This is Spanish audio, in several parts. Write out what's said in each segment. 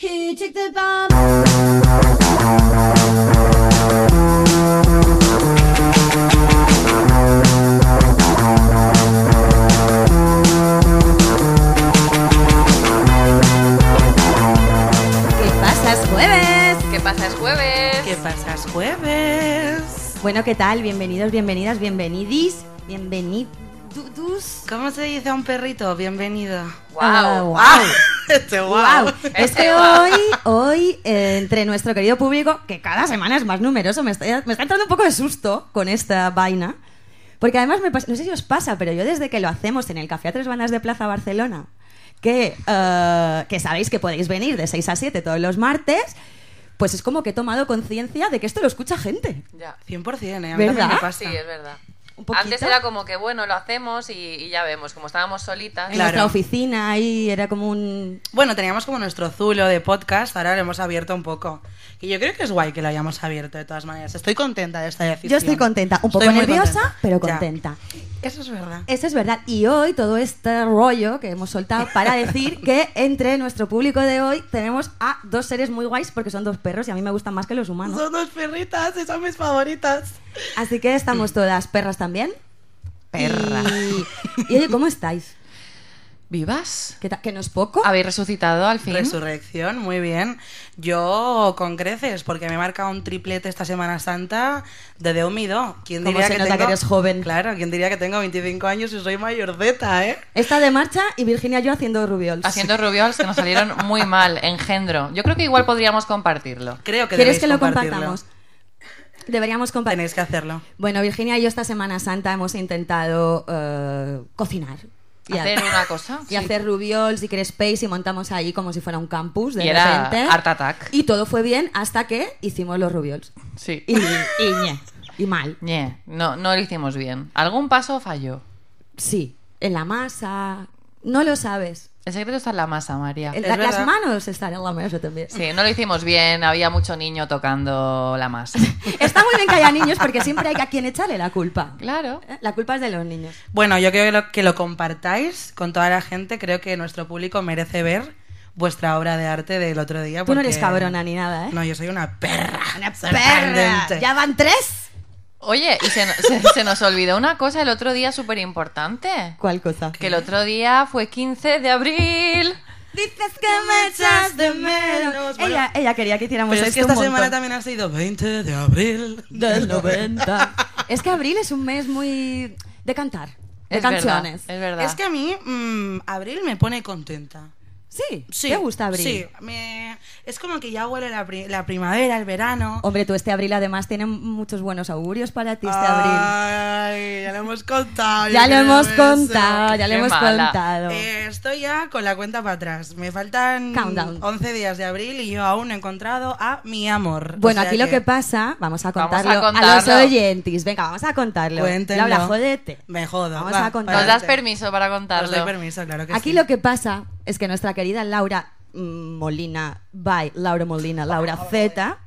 Who took the bomb? ¿Qué pasas, jueves? ¿Qué pasa? Es jueves. ¿Qué pasas jueves? Bueno, ¿qué tal? Bienvenidos, bienvenidas, bienvenidis, bienvenidus. ¿Cómo se dice a un perrito? Bienvenido. Wow. Ah, guau. Este guau. Wow. Es que hoy, hoy eh, entre nuestro querido público, que cada semana es más numeroso, me está, me está entrando un poco de susto con esta vaina. Porque además, me pas- no sé si os pasa, pero yo desde que lo hacemos en el Café a Tres Bandas de Plaza Barcelona, que, eh, que sabéis que podéis venir de 6 a 7 todos los martes, pues es como que he tomado conciencia de que esto lo escucha gente. Ya. 100%, ¿eh? A mí ¿Verdad? también me pasa. Sí, es verdad. Un poquito. Antes era como que, bueno, lo hacemos y, y ya vemos. Como estábamos solitas. En Claro. nuestra oficina ahí era como un... Bueno, teníamos como nuestro zulo de podcast, ahora lo hemos abierto un poco. Y yo creo que es guay que lo hayamos abierto, de todas maneras. Estoy contenta de esta decisión. Yo estoy contenta, un poco Estoy muy nerviosa, pero Ya. contenta. Eh, Eso es verdad. Eso es verdad. Y hoy todo este rollo que hemos soltado para decir que entre nuestro público de hoy tenemos a dos seres muy guays porque son dos perros y a mí me gustan más que los humanos. Son dos perritas y son mis favoritas. Así que estamos todas perras también. Perra. Y, y oye, ¿cómo estáis? ¿Vivas? ¿Qué ta- ¿Que no es poco? Uh. ¿Habéis resucitado al fin? Resurrección, muy bien. Yo con creces, porque me he marcado un triplete esta Semana Santa de Déu m'hi do. ¿Quién Cómo diría se que nota que tengo- eres joven. Claro, ¿quién diría que tengo 25 años y soy mayorzeta, eh? Está de marcha y Virginia y yo haciendo rubiols. Haciendo rubiols que nos salieron muy mal, engendro. Yo creo que igual podríamos compartirlo. Creo que ¿Quieres debéis que lo compartirlo. compartamos? Deberíamos compartir. Tenéis que hacerlo. Bueno, Virginia y yo esta Semana Santa hemos intentado eh, cocinar. Y Hacer una cosa. y hacer rubiols y crespéis y montamos ahí como si fuera un campus de Y era repente. Art Attack. Y todo fue bien hasta que hicimos los rubiols. Sí. Y, y ñe, y mal. Ñe, No, no lo hicimos bien. Algún paso falló. Sí, en la masa. No lo sabes. El secreto está en la masa, María. En Es la- las verdad. manos están en la masa también. Sí, no lo hicimos bien. Había mucho niño tocando la masa. Está muy bien que haya niños porque siempre hay a quien echarle la culpa. Claro. ¿Eh? La culpa es de los niños. Bueno, yo creo que lo, que lo compartáis con toda la gente. Creo que nuestro público merece ver vuestra obra de arte del otro Tú día. no porque- eres cabrona ni nada, ¿eh? No, yo soy una perra. Una ¡Perra! ¡Ya van tres! Oye, y se, no- se- se nos olvidó una cosa el otro día súper importante. ¿Cuál cosa? Que el otro día fue 15 de abril. Dices que me echas de menos. Bueno, ella, ella quería que hiciéramos Pero es pues esto que esta un semana montón. también ha sido 20 de abril. del 90. es que abril es un mes muy de cantar, de Es canciones. Verdad, Eh, es verdad. Es que a mí, mm, abril me pone contenta. Sí, Sí. te gusta abril. Sí, me- es como que ya huele la, pri- la primavera, el verano. Hombre, tú este abril además tiene muchos buenos augurios para ti este abril. Ay, ya lo hemos contado. Ya yo lo creo hemos eso. contado, ya lo Qué hemos mala. contado. Eh, estoy ya con la cuenta para atrás. Me faltan Countdown. 11 días de abril y yo aún no he encontrado a mi amor. bueno, O sea aquí lo que pasa, vamos a Vamos a contarlo a, los contarlo. oyentes. Venga, vamos a contarlo. Cuéntenlo. Laura, jódete. Me jodo. Vamos va, a contarlo. Nos das adelante. permiso para Os doy contarlo. permiso, claro que Aquí sí. lo que pasa es que nuestra querida Laura mm, Molina, by Laura Molina, Laura Z,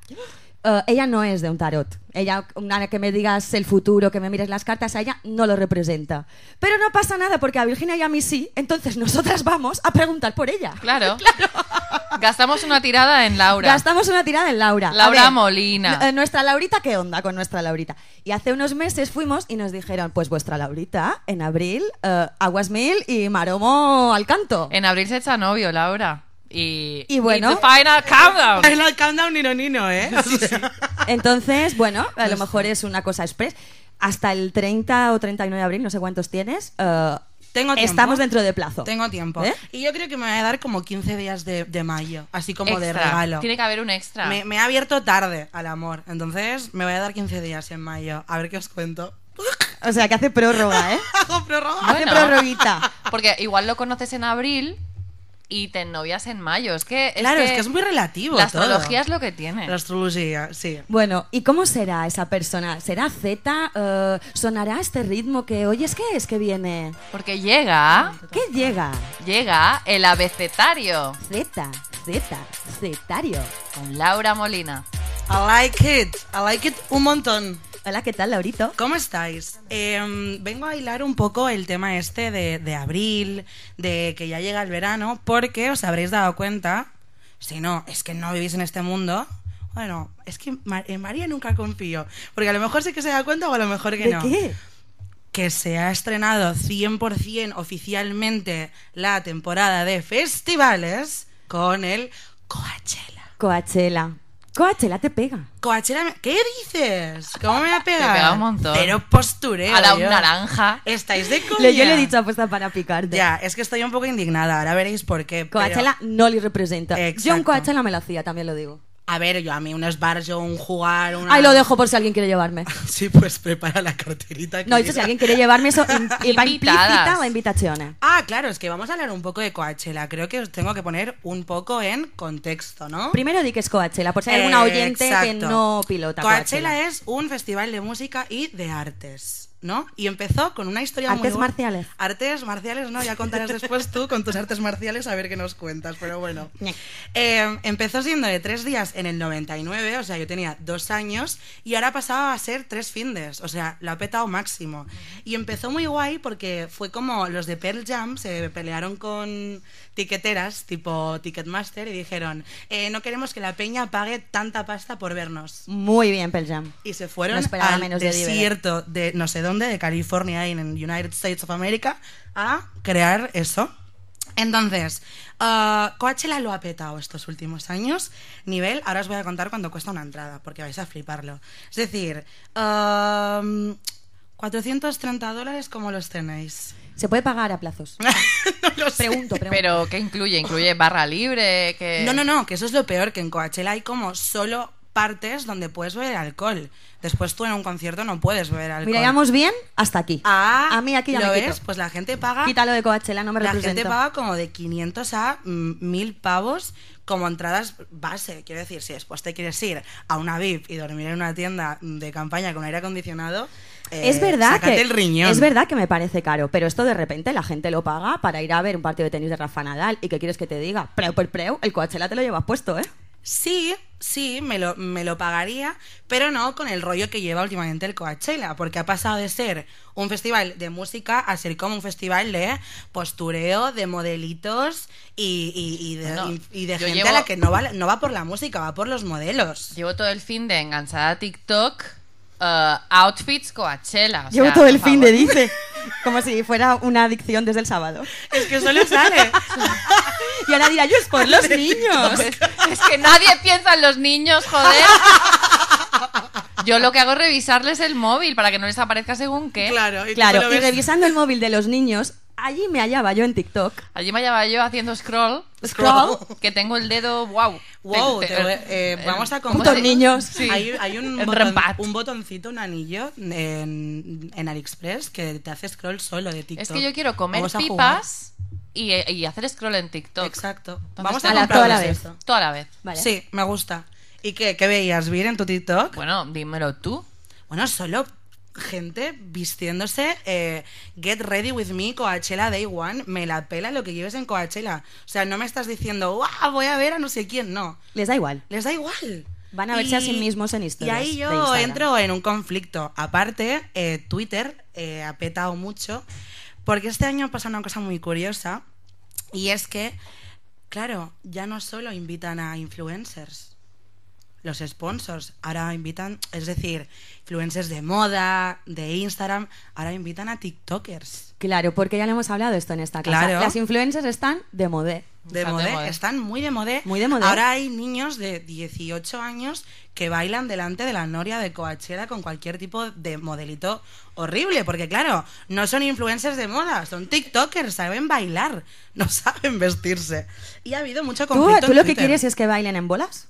eh, ella no es de un tarot. Ella, una que me digas el futuro, que me mires las cartas, a ella no lo representa. Pero no pasa nada porque a Virginia y a mí sí, entonces nosotras vamos a preguntar por ella. Claro. Gastamos una tirada en Laura. Gastamos una tirada en Laura. A Laura Molina. n- eh, Nuestra Laurita, ¿qué onda con nuestra Laurita? Y hace unos meses fuimos y nos dijeron, pues vuestra Laurita, en abril, eh, aguas mil y maromo al canto. En abril se echa novio, Laura. Y, Y bueno. it's the final countdown. El countdown nino nino, ¿eh? O sea, Entonces, bueno, a Pues lo mejor es una cosa express. Hasta el 30 o 39 de abril, no sé cuántos tienes, eh, Tengo tiempo. estamos dentro de plazo. Tengo tiempo. ¿Eh? Y yo creo que me voy a dar como 15 días de, de mayo, así como de Extra. regalo. Tiene que haber un extra. Me, me ha abierto tarde al amor, entonces me voy a dar 15 días en mayo. A ver qué os cuento. O sea, que hace prórroga, ¿eh? Hago prórroga. Hace Bueno. prórroguita. Porque igual lo conoces en abril y te novias en mayo. Es que es, Claro, es que es muy relativo La todo. astrología es lo que tiene. La astrología, sí. Bueno, ¿y cómo será esa persona? ¿Será Z? Eh, ¿Sonará este ritmo que oyes? ¿Qué es que viene? Porque llega, Mm. ¿Qué llega? llega el abecetario Z, Z, Zetario. con Laura Molina. I like it, I like it un montón. Hola, ¿qué tal, Laurito? ¿Cómo estáis? Em, vengo a hilar un poco el tema este de, de abril, de que ya llega el verano, porque os habréis dado cuenta si no, es que no vivís en este mundo. Bueno, es que Ma- en María nunca confío. Porque a lo mejor sí que se da cuenta o a lo mejor que ¿De no. qué? Que se ha estrenado 100% oficialmente la temporada de festivales con el Coachella. Coachella. Coachella te pega. Coachella, me- ¿qué dices? ¿Cómo me ha pegado? pega un montón. Pero postureo. A la yo. naranja. Estáis de coña. Le- yo le he dicho apuesta para picarte. Ya, es que estoy un poco indignada. Ahora veréis por qué. pero- Coachella no le representa. Yo un Exacto. Coachella me lo hacía, también lo digo. A ver, yo a mí unos bars, yo un jugar, una... Ahí lo dejo por si alguien quiere llevarme. Sí, pues prepara la carterita. No, querida. eso si alguien quiere llevarme eso im- va implícita Invitadas. o invitaciones. Ah, claro, es que vamos a hablar un poco de Coachella. Creo que os tengo que poner un poco en contexto, ¿no? Primero di que es Coachella, por si hay alguna Eh, oyente que exacto. no pilota Coachella. es un festival de música y de artes, ¿no? Y empezó con una historia muy Artes bu- marciales. Artes marciales, no, ya contarás después tú con tus artes marciales a ver qué nos cuentas, pero bueno. Ñe. Eh, empezó siendo de tres días en el 99, o sea, yo tenía dos años, y ahora pasaba a ser tres findes, o sea, lo ha petado máximo. Y empezó muy guay porque fue como los de Pearl Jam se pelearon con tiqueteras, tipo Ticketmaster, y dijeron, eh, no queremos que la peña pague tanta pasta por vernos. Muy bien, Pearl Jam. Y se fueron No esperaba al menos de Diver, ¿eh? desierto de no sé dónde, de California, en en United States of America, a crear eso. Entonces, ah, Coachella lo ha petado estos últimos años. Nivel, ahora os voy a contar cuánto cuesta una entrada, porque vais a fliparlo. Es decir, am, 430 dólares como los tenéis. Se puede pagar a plazos. no lo sé. Pregunto, pregunto. Pero ¿qué incluye? ¿Incluye barra libre? Que... No, no, no, que eso es lo peor, que en Coachella hay como solo partes donde puedes beber alcohol. Después tú en un concierto no puedes beber alcohol. Mira, íbamos bien hasta aquí. Ah, a mí aquí ya ¿lo me ves? quito. Pues la gente paga. Quítalo de Coachella, no me la representa. gente paga como de 500 a mm, 1000 pavos como entradas base. Quiero decir, si después te quieres ir a una VIP y dormir en una tienda de campaña con aire acondicionado, eh, es verdad sácate que el riñón. es verdad que me parece caro, pero esto de repente la gente lo paga para ir a ver un partido de tenis de Rafa Nadal y qué quieres que te diga, preu por preu, el Coachella te lo llevas puesto, ¿eh? Sí, sí, me lo, me lo pagaría, pero no con el rollo que lleva últimamente el Coachella, porque ha pasado de ser un festival de música a ser como un festival de postureo, de modelitos y, y- y de, No, y- y de yo gente llevo- a la que no va, no va por la música, va por los modelos. Llevo todo el fin de enganchada a TikTok. eh, outfits Coachella. o Llevo sea, todo por el fin de favor. dice, como si fuera una adicción desde el sábado. Es que solo sale. Y ahora dirá, yo es por los niños. Es, es que nadie piensa en los niños, joder. Yo lo que hago es revisarles el móvil para que no les aparezca según qué. Claro, y tú lo Claro, y ves- revisando el móvil de los niños, allí me hallaba yo en TikTok. Allí me hallaba yo haciendo scroll. Scroll. Que tengo el dedo, wow. Wow, Te- te- te voy- eh, vamos a ¿cómo Putos se- niños. Sí. Hay, hay un, El botón- rempat. un botoncito, un anillo en, en AliExpress que te hace scroll solo de TikTok. Es que yo quiero comer Vamos a jugar. pipas y, y hacer scroll en TikTok. Exacto. Entonces, Vamos a a la- comprarnos toda la vez. eso. Toda la vez. Vale. Sí, me gusta. ¿Y qué, qué veías? ¿Vir en tu TikTok? Bueno, dímelo tú. Bueno, solo gente vistiéndose eh, Get Ready With Me, Coachella Day One. Me la pela lo que lleves en Coachella. O sea, no me estás diciendo, ¡guau! Voy a ver a no sé quién. No. Les da igual. Les da igual. Van a verse a sí mismos en Y historias ahí de yo Instagram. entro en un conflicto. Aparte, eh, Twitter eh, ha petado mucho. Porque este año pasa una cosa muy curiosa. Y es que, claro, ya no solo invitan a influencers, los sponsors, ahora invitan, es decir, influencers de moda, de Instagram, ahora invitan a TikTokers. Claro, porque ya le hemos hablado esto en esta casa. Claro. Las influencers están de modé. De Están de modé, modé. están muy de modé. Muy de modé. Ahora hay niños de 18 años que bailan delante de la noria de Coachella con cualquier tipo de modelito horrible, porque claro, no son influencers de moda, son TikTokers, saben bailar, no saben vestirse. Y ha habido mucho ¿Tú, conflicto. tú en lo que Twitter. quieres es que bailen en bolas?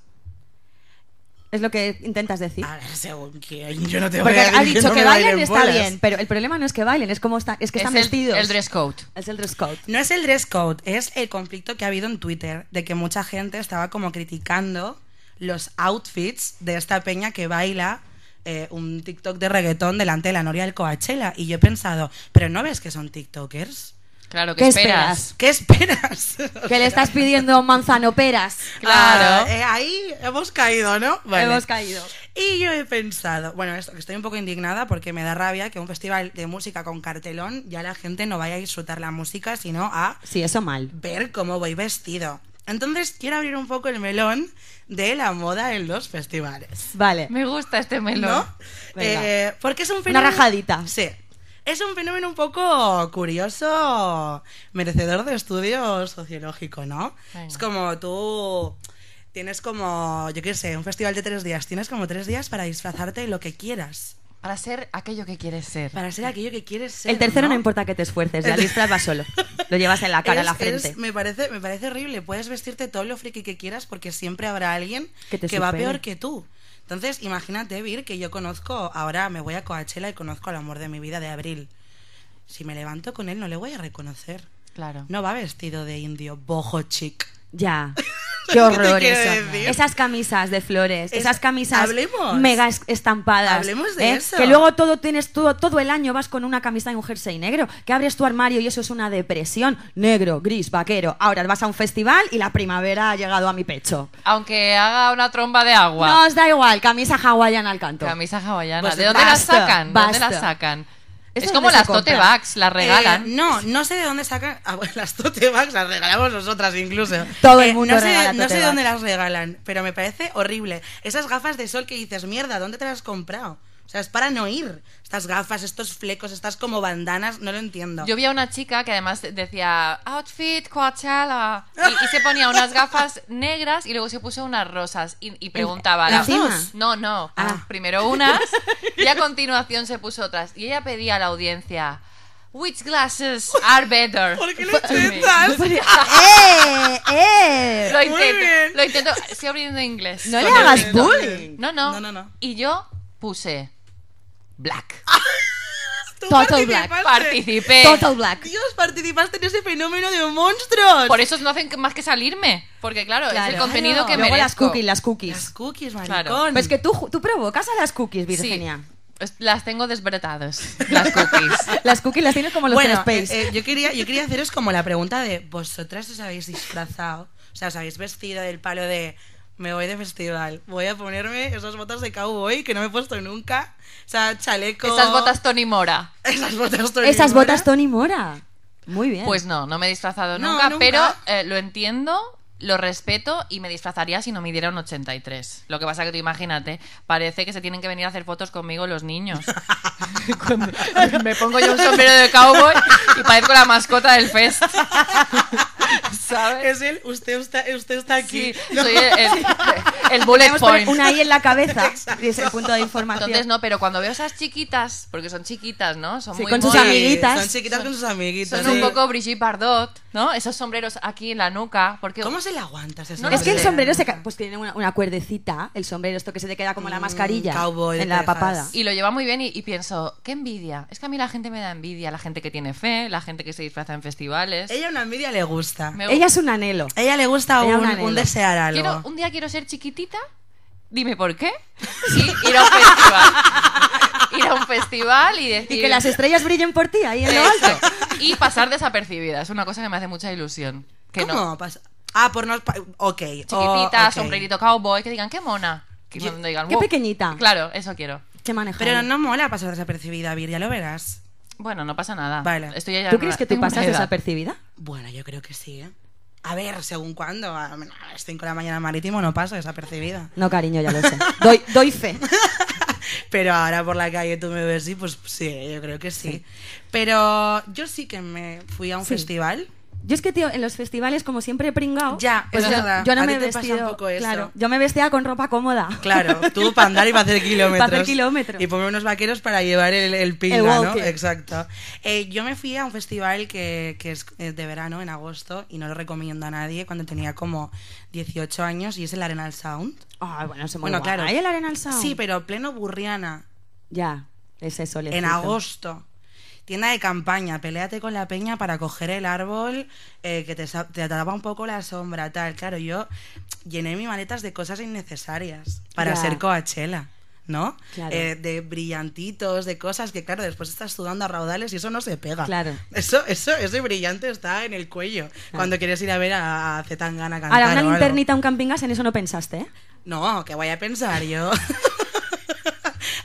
¿Es lo que intentas decir? A ver, según quién, yo no te voy Porque a decir has dicho no que me bailen está bolas. bien, pero el problema no es que bailen, es cómo está, es que es están el, vestidos. el dress code. Es el dress code. No es el dress code, es el conflicto que ha habido en Twitter de que mucha gente estaba como criticando los outfits de esta peña que baila eh, un TikTok de reggaetón delante de la noria del Coachella. Y yo he pensado, ¿pero no ves que son TikTokers? Claro, ¿Qué ¿qué esperas? ¿Qué esperas? Que le estás pidiendo manzano peras. Claro. Ah, eh, ahí hemos caído, ¿no? Vale. Hemos caído. Y yo he pensado, bueno, esto, que estoy un poco indignada porque me da rabia que un festival de música con cartelón ya la gente no vaya a disfrutar la música, sino a Sí, eso mal. ver cómo voy vestido. Entonces quiero abrir un poco el melón de la moda en los festivales. Vale. Me gusta este melón. ¿No? Venga. Eh, porque es un Una fenómeno. rajadita. Sí. Es un fenómeno un poco curioso, merecedor de estudio sociológico, ¿no? Venga. Es como tú tienes como, yo qué sé, un festival de tres días. Tienes como tres días para disfrazarte de lo que quieras. Para ser aquello que quieres ser. Para ser aquello que quieres ser. El tercero no, importa que te esfuerces, la lista va solo. Lo llevas en la cara, a la Es- es- frente. me, parece, me parece horrible. Puedes vestirte todo lo friki que quieras porque siempre habrá alguien Que que, te va supere. peor que tú. Entonces, imagínate, Vir, que yo conozco, ahora me voy a Coachella y conozco al amor de mi vida de abril. Si me levanto con él, no le voy a reconocer. Claro. No va vestido de indio, bojo chic. Ya. Qué horror quiero eso. decir? Esas camisas de flores, Es- esas camisas hablemos. mega es- estampadas. Hablemos de ¿eh? eso. Que luego todo tienes todo, todo el año vas con una camisa y un jersey negro, que abres tu armario y eso es una depresión, negro, gris, vaquero. Ahora vas a un festival y la primavera ha llegado a mi pecho. Aunque haga una tromba de agua. No os da igual, camisa hawaiana al canto. Camisa hawaiana. Pues ¿De dónde la basta, sacan? ¿Dónde la basta. sacan? Eso es es como donde se las tote compra. bags, las regalan. Eh, no, no sé de dónde sacan. ah, bueno, las tote bags las regalamos nosotras incluso. Eh, Todo el mundo no sé, regala No tote sé de bags. dónde las regalan, pero me parece horrible. Esas gafas de sol que dices, mierda, ¿dónde te las has comprado? O sea, es para no ir. Estas gafas, estos flecos, estas como bandanas, no lo entiendo. Yo vi a una chica que además decía outfit Coachella y, y se ponía unas gafas negras y luego se puso unas rosas y, y preguntaba ¿Las la- dos? no no Ah. primero unas y a continuación se puso otras y ella pedía a la audiencia which glasses are better ¿Por qué lo intentas? ¡Eh! ¡Eh! lo Muy intento bien. lo intento estoy abriendo inglés No le Con el hagas dedo. bullying. no no No, no, no. y yo puse black Tú Total black, participaste. participé Total black. Dios, participaste en ese fenómeno de monstruos. por eso no hacen más que salirme porque claro, es Claro. el contenido que Luego merezco las cookies, las Las cookies. cookies, maricón. Claro. Pues que tú, ju- tú provocas a las cookies, Virginia. Sí, es- las tengo desbretadas, las cookies. Las cookies las tienes como los bueno, tres P's. eh, eh, yo, quería, yo quería haceros como la pregunta de ¿vosotras os habéis disfrazado? O sea, os habéis vestido del palo de me voy de festival, voy a ponerme esas botas de cowboy que no me he puesto nunca. O sea, chaleco. Esas botas Tony Mora. Esas botas Tony Esas Mora. botas Tony Mora. Muy bien. Pues no, no me he disfrazado No, nunca, nunca. pero eh, lo entiendo, lo respeto y me disfrazaría si no midiera un 83. Lo que pasa que tú imagínate, parece que se tienen que venir a hacer fotos conmigo los niños. Cuando me pongo yo un sombrero de cowboy y parezco la mascota del fest. ¿Sabes? Es el usted está, usted está aquí. Sí, soy el, el- el bullet Podemos poner point. una I en la cabeza. y es el punto de información. Entonces no, pero cuando veo esas chiquitas, porque son chiquitas, ¿no? Son Sí, muy con sus monas. amigos. amiguitas. Son chiquitas con sus amiguitas. Son un Sí. poco Brigitte Bardot, ¿no? Esos sombreros aquí en la nuca. Porque ¿Cómo se le aguanta ese No lo es que el sé. sombrero se ca- pues tiene una, una cuerdecita, el sombrero esto que se te queda como Mm, la mascarilla cowboy de en la Texas. papada. Y lo lleva muy bien y, y pienso, qué envidia. Es que a mí la gente me da envidia, la gente que tiene fe, la gente que se disfraza en festivales. Ella una media le gusta. Me- Ella es un anhelo. Ella le gusta Ella un, un anhelo. un desear algo. Quiero- un día quiero ser chiquitita, dime por qué, y ir a un festival. ir a un festival y decir... Y que las estrellas brillen por ti ahí en lo Eso. alto. Y pasar desapercibida, es una cosa que me hace mucha ilusión. Que ¿Cómo? no. Pasa- Ah, por no. pa- Ok. Chiquitita, oh, ok. sombrerito cowboy, que digan, qué mona. Que no digan, qué "Wow". pequeñita. Claro, eso quiero. Qué manejable. Pero no mola pasar desapercibida, Vir, ya lo verás. Bueno, no pasa nada. Vale. Estoy ya- ¿Tú crees que tú tengo una pasas edad. desapercibida? Bueno, yo creo que sí, ¿eh? A ver, según cuándo. A a las 5 de la mañana marítimo no paso desapercibida. No, cariño, ya lo sé. Doy, doy fe. Pero ahora por la calle tú me ves y pues sí, yo creo que sí. Pero yo sí que me fui a un Sí. festival. Yo es que, tío, en los festivales, como siempre he pringado. Ya, pues es yo, verdad. yo no A ti me he te pasa vestido. un poco eso. Claro, yo me vestía con ropa cómoda. Claro, tú para andar y para hacer kilómetros. Para hacer kilómetros. Y poner unos vaqueros para llevar el, el pinga, El ¿no? walkie. Exacto. Eh, yo me fui a un festival que, que es eh, de verano, en agosto, y no lo recomiendo a nadie, cuando tenía como 18 años, y es el Arenal Sound. Ah, bueno, se Bueno, claro. Ahí el Arenal Sound. Sí, pero pleno burriana, Ya, ese solecito. en agosto. Tienda de campaña, peleate con la peña para coger el árbol eh, que te, sa- te daba un poco la sombra, tal. Claro, yo llené mis maletas de cosas innecesarias para Ya. ser Coachella, ¿no? Claro. Eh, de brillantitos, de cosas que, claro, después estás sudando a raudales y eso no se pega. Claro. Eso, eso, ese brillante está en el cuello cuando quieres ir a ver a, a Zetangana cantar. Ahora, una o algo. linternita, un campingas, en eso no pensaste, ¿eh? No, que voy a pensar yo.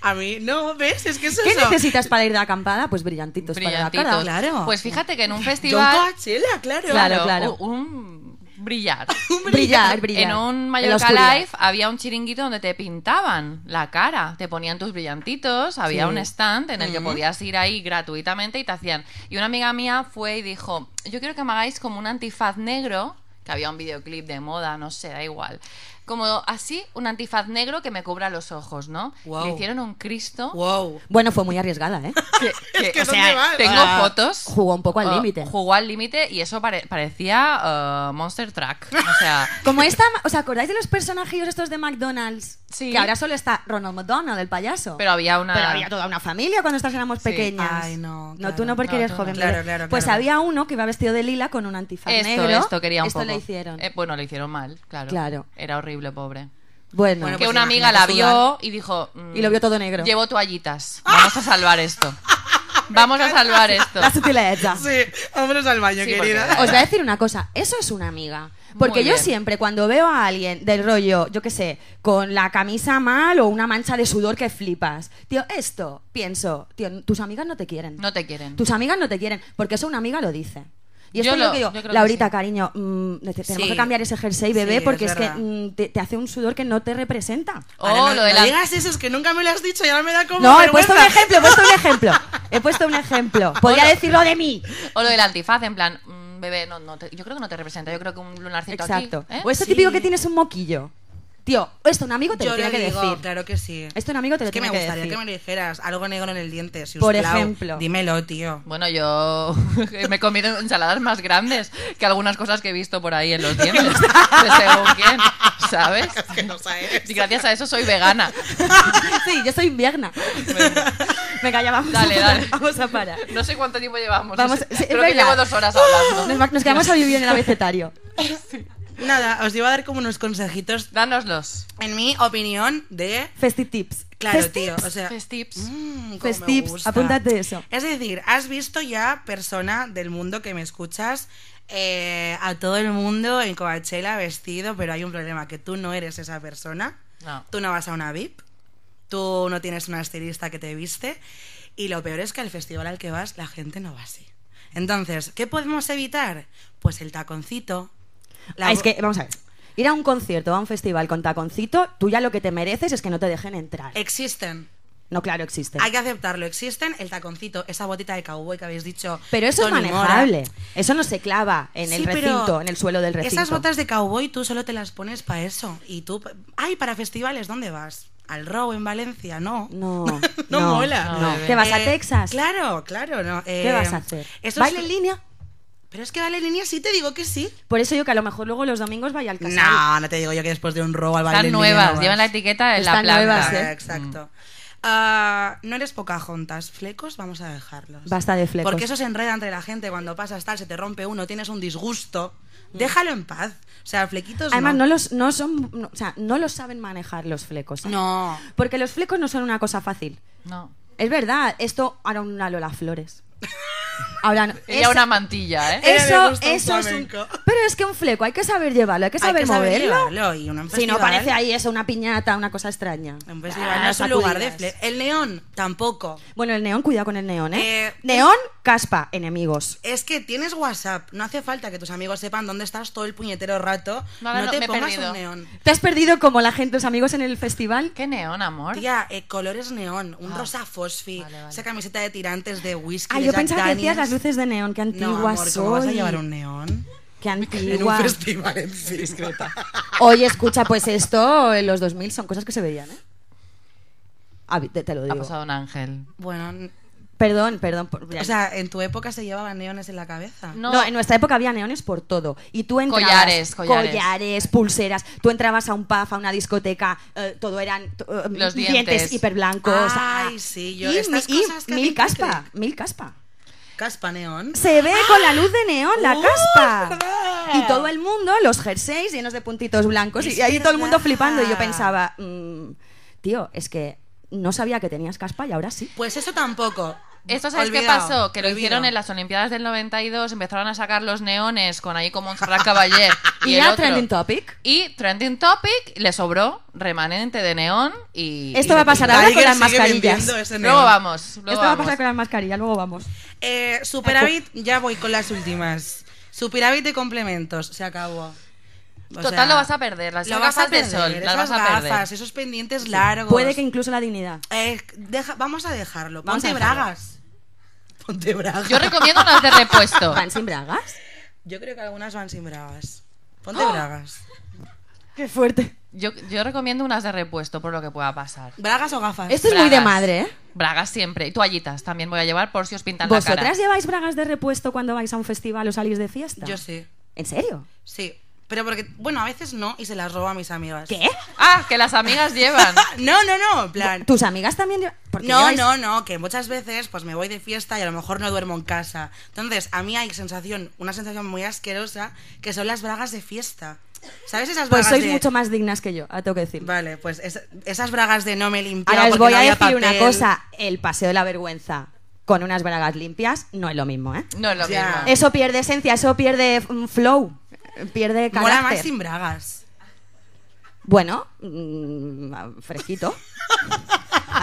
a mí, no, ¿ves? Es que eso ¿Qué es eso. necesitas para ir de acampada? Pues brillantitos, para la Brillantitos. cara. claro. Pues fíjate que en un Yo en festival. Coachella, claro. Claro, claro. u- Un, un brillar. Brillar, brillar. En un Ah, la Mallorca oscuridad. Live había un chiringuito donde te pintaban la cara, te ponían tus brillantitos, había Sí. un stand en el que podías ir ahí gratuitamente y te hacían. Y una amiga mía fue y dijo, yo quiero que me hagáis como un antifaz negro, que había un videoclip de moda, no sé, da igual. Como así, un antifaz negro que me cubra los ojos, ¿no? Guau. Le hicieron un Cristo. Wow. Bueno, fue muy arriesgada, ¿eh? que- que, que o ¿dónde sea, vas? tengo Ah, fotos. jugó un poco al Ah, límite. Jugó al límite y eso pare- parecía eh, Monster Truck. O sea, Como esta, ¿os acordáis de los personajillos estos de McDonald's? Sí. Que ahora solo está Ronald McDonald, el payaso. pero había una. Pero había toda una familia cuando estas éramos Ah. Sí. pequeñas. Ay, no, No, claro. tú no porque No, eres tú no. joven. Claro, bebé. claro, Pues claro. había uno que iba vestido de lila con un antifaz esto, negro. esto quería un Esto poco. lo hicieron. Eh, bueno, lo hicieron mal, claro. Claro. Era horrible, pobre. bueno, Bueno, que pues una amiga la imagínate vio y dijo. mm, Y lo vio todo negro. Llevo toallitas. Vamos a salvar esto. Vamos a salvar esto. la sutileza. Sí, vámonos al baño, Sí, querida. porque- Os voy a decir una cosa, eso es una amiga. Porque Muy yo bien. siempre cuando veo a alguien del rollo, yo qué sé, con la camisa mal o una mancha de sudor que flipas, tío, esto, pienso, tío, tus amigas no te quieren. No te quieren. Tus amigas no te quieren, porque eso una amiga lo dice. Y esto Yo es lo lo- que digo, yo creo que Laurita, sí. cariño, mm, te- tenemos Sí. que cambiar ese jersey, bebé, Sí, porque es es, que verdad. mm, te, te hace un sudor que no te representa. Oh, Ahora, no, lo de no la- digas eso, es que nunca me lo has dicho y ahora me da como No, he vergüenza. puesto un ejemplo, he puesto un ejemplo. He puesto un ejemplo. Podría decirlo de mí. O lo del antifaz, en plan, mm, bebé, no, no te- yo creo que no te representa. Yo creo que un lunarcito Exacto. Pues aquí. ¿eh? O eso Sí. típico que tienes un moquillo. Tío, esto un amigo te Yo lo tiene le que digo, decir. claro que sí. Esto un amigo te lo es que me tiene que gustaría decir. que me lo dijeras. Algo negro en el diente. Si Por Siusplau. ejemplo. Dímelo, tío. Bueno, yo me he comido ensaladas más grandes que algunas cosas que he visto por ahí en los dientes. de según quién, ¿sabes? Que no sabes. Y gracias a eso soy vegana. sí, yo soy invierna. Venga, ya vamos. Dale, a, dale. Vamos a parar. No sé cuánto tiempo llevamos. Vamos, No sé. sí, es Creo que verdad. llevo dos horas hablando. Nos, va- nos quedamos a vivir en el abecetario. Nada, os iba a dar como unos consejitos, Dánoslos. en mi opinión, de... Festi tips. Claro, Festi tío, o tips. sea... Fest tips. Mm, cómo me Fest Pues tips, gusta. apúntate eso. Es decir, has visto ya, persona del mundo que me escuchas, eh, a todo el mundo en Coachella vestido, pero hay un problema, que tú no eres esa persona. No. Tú no vas a una VIP, tú no tienes una estilista que te viste, y lo peor es que al festival al que vas la gente no va así. Entonces, ¿qué podemos evitar? Pues el taconcito. la Ah, es bo- que, vamos a ver. Ir a un concierto, a un festival con taconcito, tú ya lo que te mereces es que no te dejen entrar. Existen. No, claro, existe. Eh, Hay que aceptarlo. Existen el taconcito, esa botita de cowboy que habéis dicho. Pero eso es Toni Mora. manejable. Eso no se clava en el ¿eh? Sí, pero recinto, en el suelo del recinto. Esas botas de cowboy tú solo te las pones para eso. Y tú, ay, para festivales, ¿dónde vas? Al Row en Valencia, no. No, no, no, mola. no. Eh, ¿Te vas a Texas? Claro, claro, no. eh, ¿Qué vas a hacer? eso ¿Baile es- en línea? Pero es que baile en línea sí te digo que sí. Por eso yo que a lo mejor luego los domingos vaya al casal. No, no te digo yo que después de un Row al baile Están en línea no nuevas. vas. Llevan la etiqueta en la Están planta. nuevas, Ah, ¿eh? Exacto. Ah, no eres poca juntas, flecos vamos a dejarlos. Basta de flecos. Porque eso se enreda entre la gente cuando pasas tal, se te rompe uno, tienes un disgusto. Déjalo en paz. O sea, flequitos Mm. Además, no, los, no, son, no- o sea, no los saben manejar los flecos. ¿eh? No. Porque los flecos no son una cosa fácil. No. Es verdad, esto ahora una Lola Flores. Ahora no. Ella Eso- una mantilla, ¿eh? Ella le Eso, gusta un eso es un- flamenco. Pero es que un fleco hay que saber llevarlo, hay que Hay saber que moverlo. llevarlo y uno en si no festival- parece ahí eso, una piñata, una cosa extraña. Un festival Ah, no es un lugar de sacudidas. fle- El neón tampoco. Bueno, el neón, cuidado con el neón, ¿eh? Eh, neón, caspa, enemigos. Es que tienes WhatsApp, no hace falta que tus amigos sepan dónde estás todo el puñetero rato. No, ahora No, no, te me he pongas perdido. un neón. ¿Te has perdido como la gente, tus amigos en el festival? Qué neón, amor. Tía, eh, colores neón, un Ah. rosa fosfi, Vale, vale. esa camiseta de tirantes de whisky. Ah, de yo Jack pensaba que decías Daniels. las luces de neón, qué antigua No, amor, ¿cómo vas a soy. llevar un neón? Qué En un antigua. festival en sí. Discreta. Oye, escucha, pues esto en los 2000 son cosas que se veían, ¿eh? Ah, te, te lo Ha digo. pasado un ángel. Bueno, n- Perdón, perdón. por- o sea, en tu época se llevaban neones en la cabeza. No. no. en nuestra época había neones por todo. Y tú entrabas. Collares, collares. collares, pulseras. Tú entrabas a un pub, a una discoteca, eh, todo eran t- eh, Los dientes. dientes hiperblancos. ah. Ay, sí, yo- Y, estas mi- y cosas que a mí mil me caspa, mil caspa. Caspa neón. Se ve con la luz de neón la ¡Uh, es caspa. verdad! Y todo el mundo, los jerseys llenos de puntitos blancos. Es y ahí todo el mundo verdad. flipando. Y yo pensaba, mm, tío, es que no sabía que tenías caspa y ahora sí. Pues eso tampoco. ¿Esto sabes qué Olvidado, pasó? Que lo prohibido. hicieron en las Olimpiadas del 92, empezaron a sacar los neones con ahí como un Serrat Caballé y, Y, el era otro. trending topic. Y Trending Topic le sobró remanente de neón y... Esto y- va a pasar ahora con Tiger las sigue mascarillas. vendiendo ese Luego neón. vamos, luego Esto va a vamos. pasar con las mascarillas, luego vamos. Eh, superávit, ya voy con las últimas. Superávit de complementos, se acabó. O Total, sea, lo vas a perder. Las lo gafas vas a de perder, sol, las esas vas a perder. gafas, esos pendientes largos. Puede que incluso la dignidad. Eh, deja- vamos a dejarlo. Vamos Ponte a dejarlo. bragas. Ponte bragas. Yo recomiendo las de repuesto. ¿Van sin bragas? Yo creo que algunas van sin bragas. Ponte ¡Oh! bragas. Qué fuerte. Yo, yo recomiendo unas de repuesto por lo que pueda pasar. ¿Bragas o gafas? Esto es muy de Bragas. madre, ¿eh? Bragas siempre. Y toallitas también voy a llevar por si os pintan la cara. ¿Vosotras lleváis bragas de repuesto cuando vais a un festival o salís de fiesta? Yo sí. ¿En serio? Sí. Pero porque, bueno, a veces no y se las robo a mis amigas. ¿Qué? Ah, que las amigas llevan. No, no, no, en plan. ¿Tus amigas también llevan? porque No, lleváis- no, no, que muchas veces pues me voy de fiesta y a lo mejor no duermo en casa. Entonces, a mí hay sensación, una sensación muy asquerosa, que son las bragas de fiesta. ¿Sabes esas Pues bragas sois de- mucho más dignas que yo, ah, tengo que decir. Vale, pues es- esas bragas de no me limpio Ahora os porque voy no a había decir una papel. cosa. El paseo de la vergüenza con unas bragas limpias no es lo mismo, ¿eh? No es lo Ya. mismo. Eso pierde esencia, eso pierde mm, flow, pierde Mola más carácter. sin bragas. Bueno, mm, fresquito.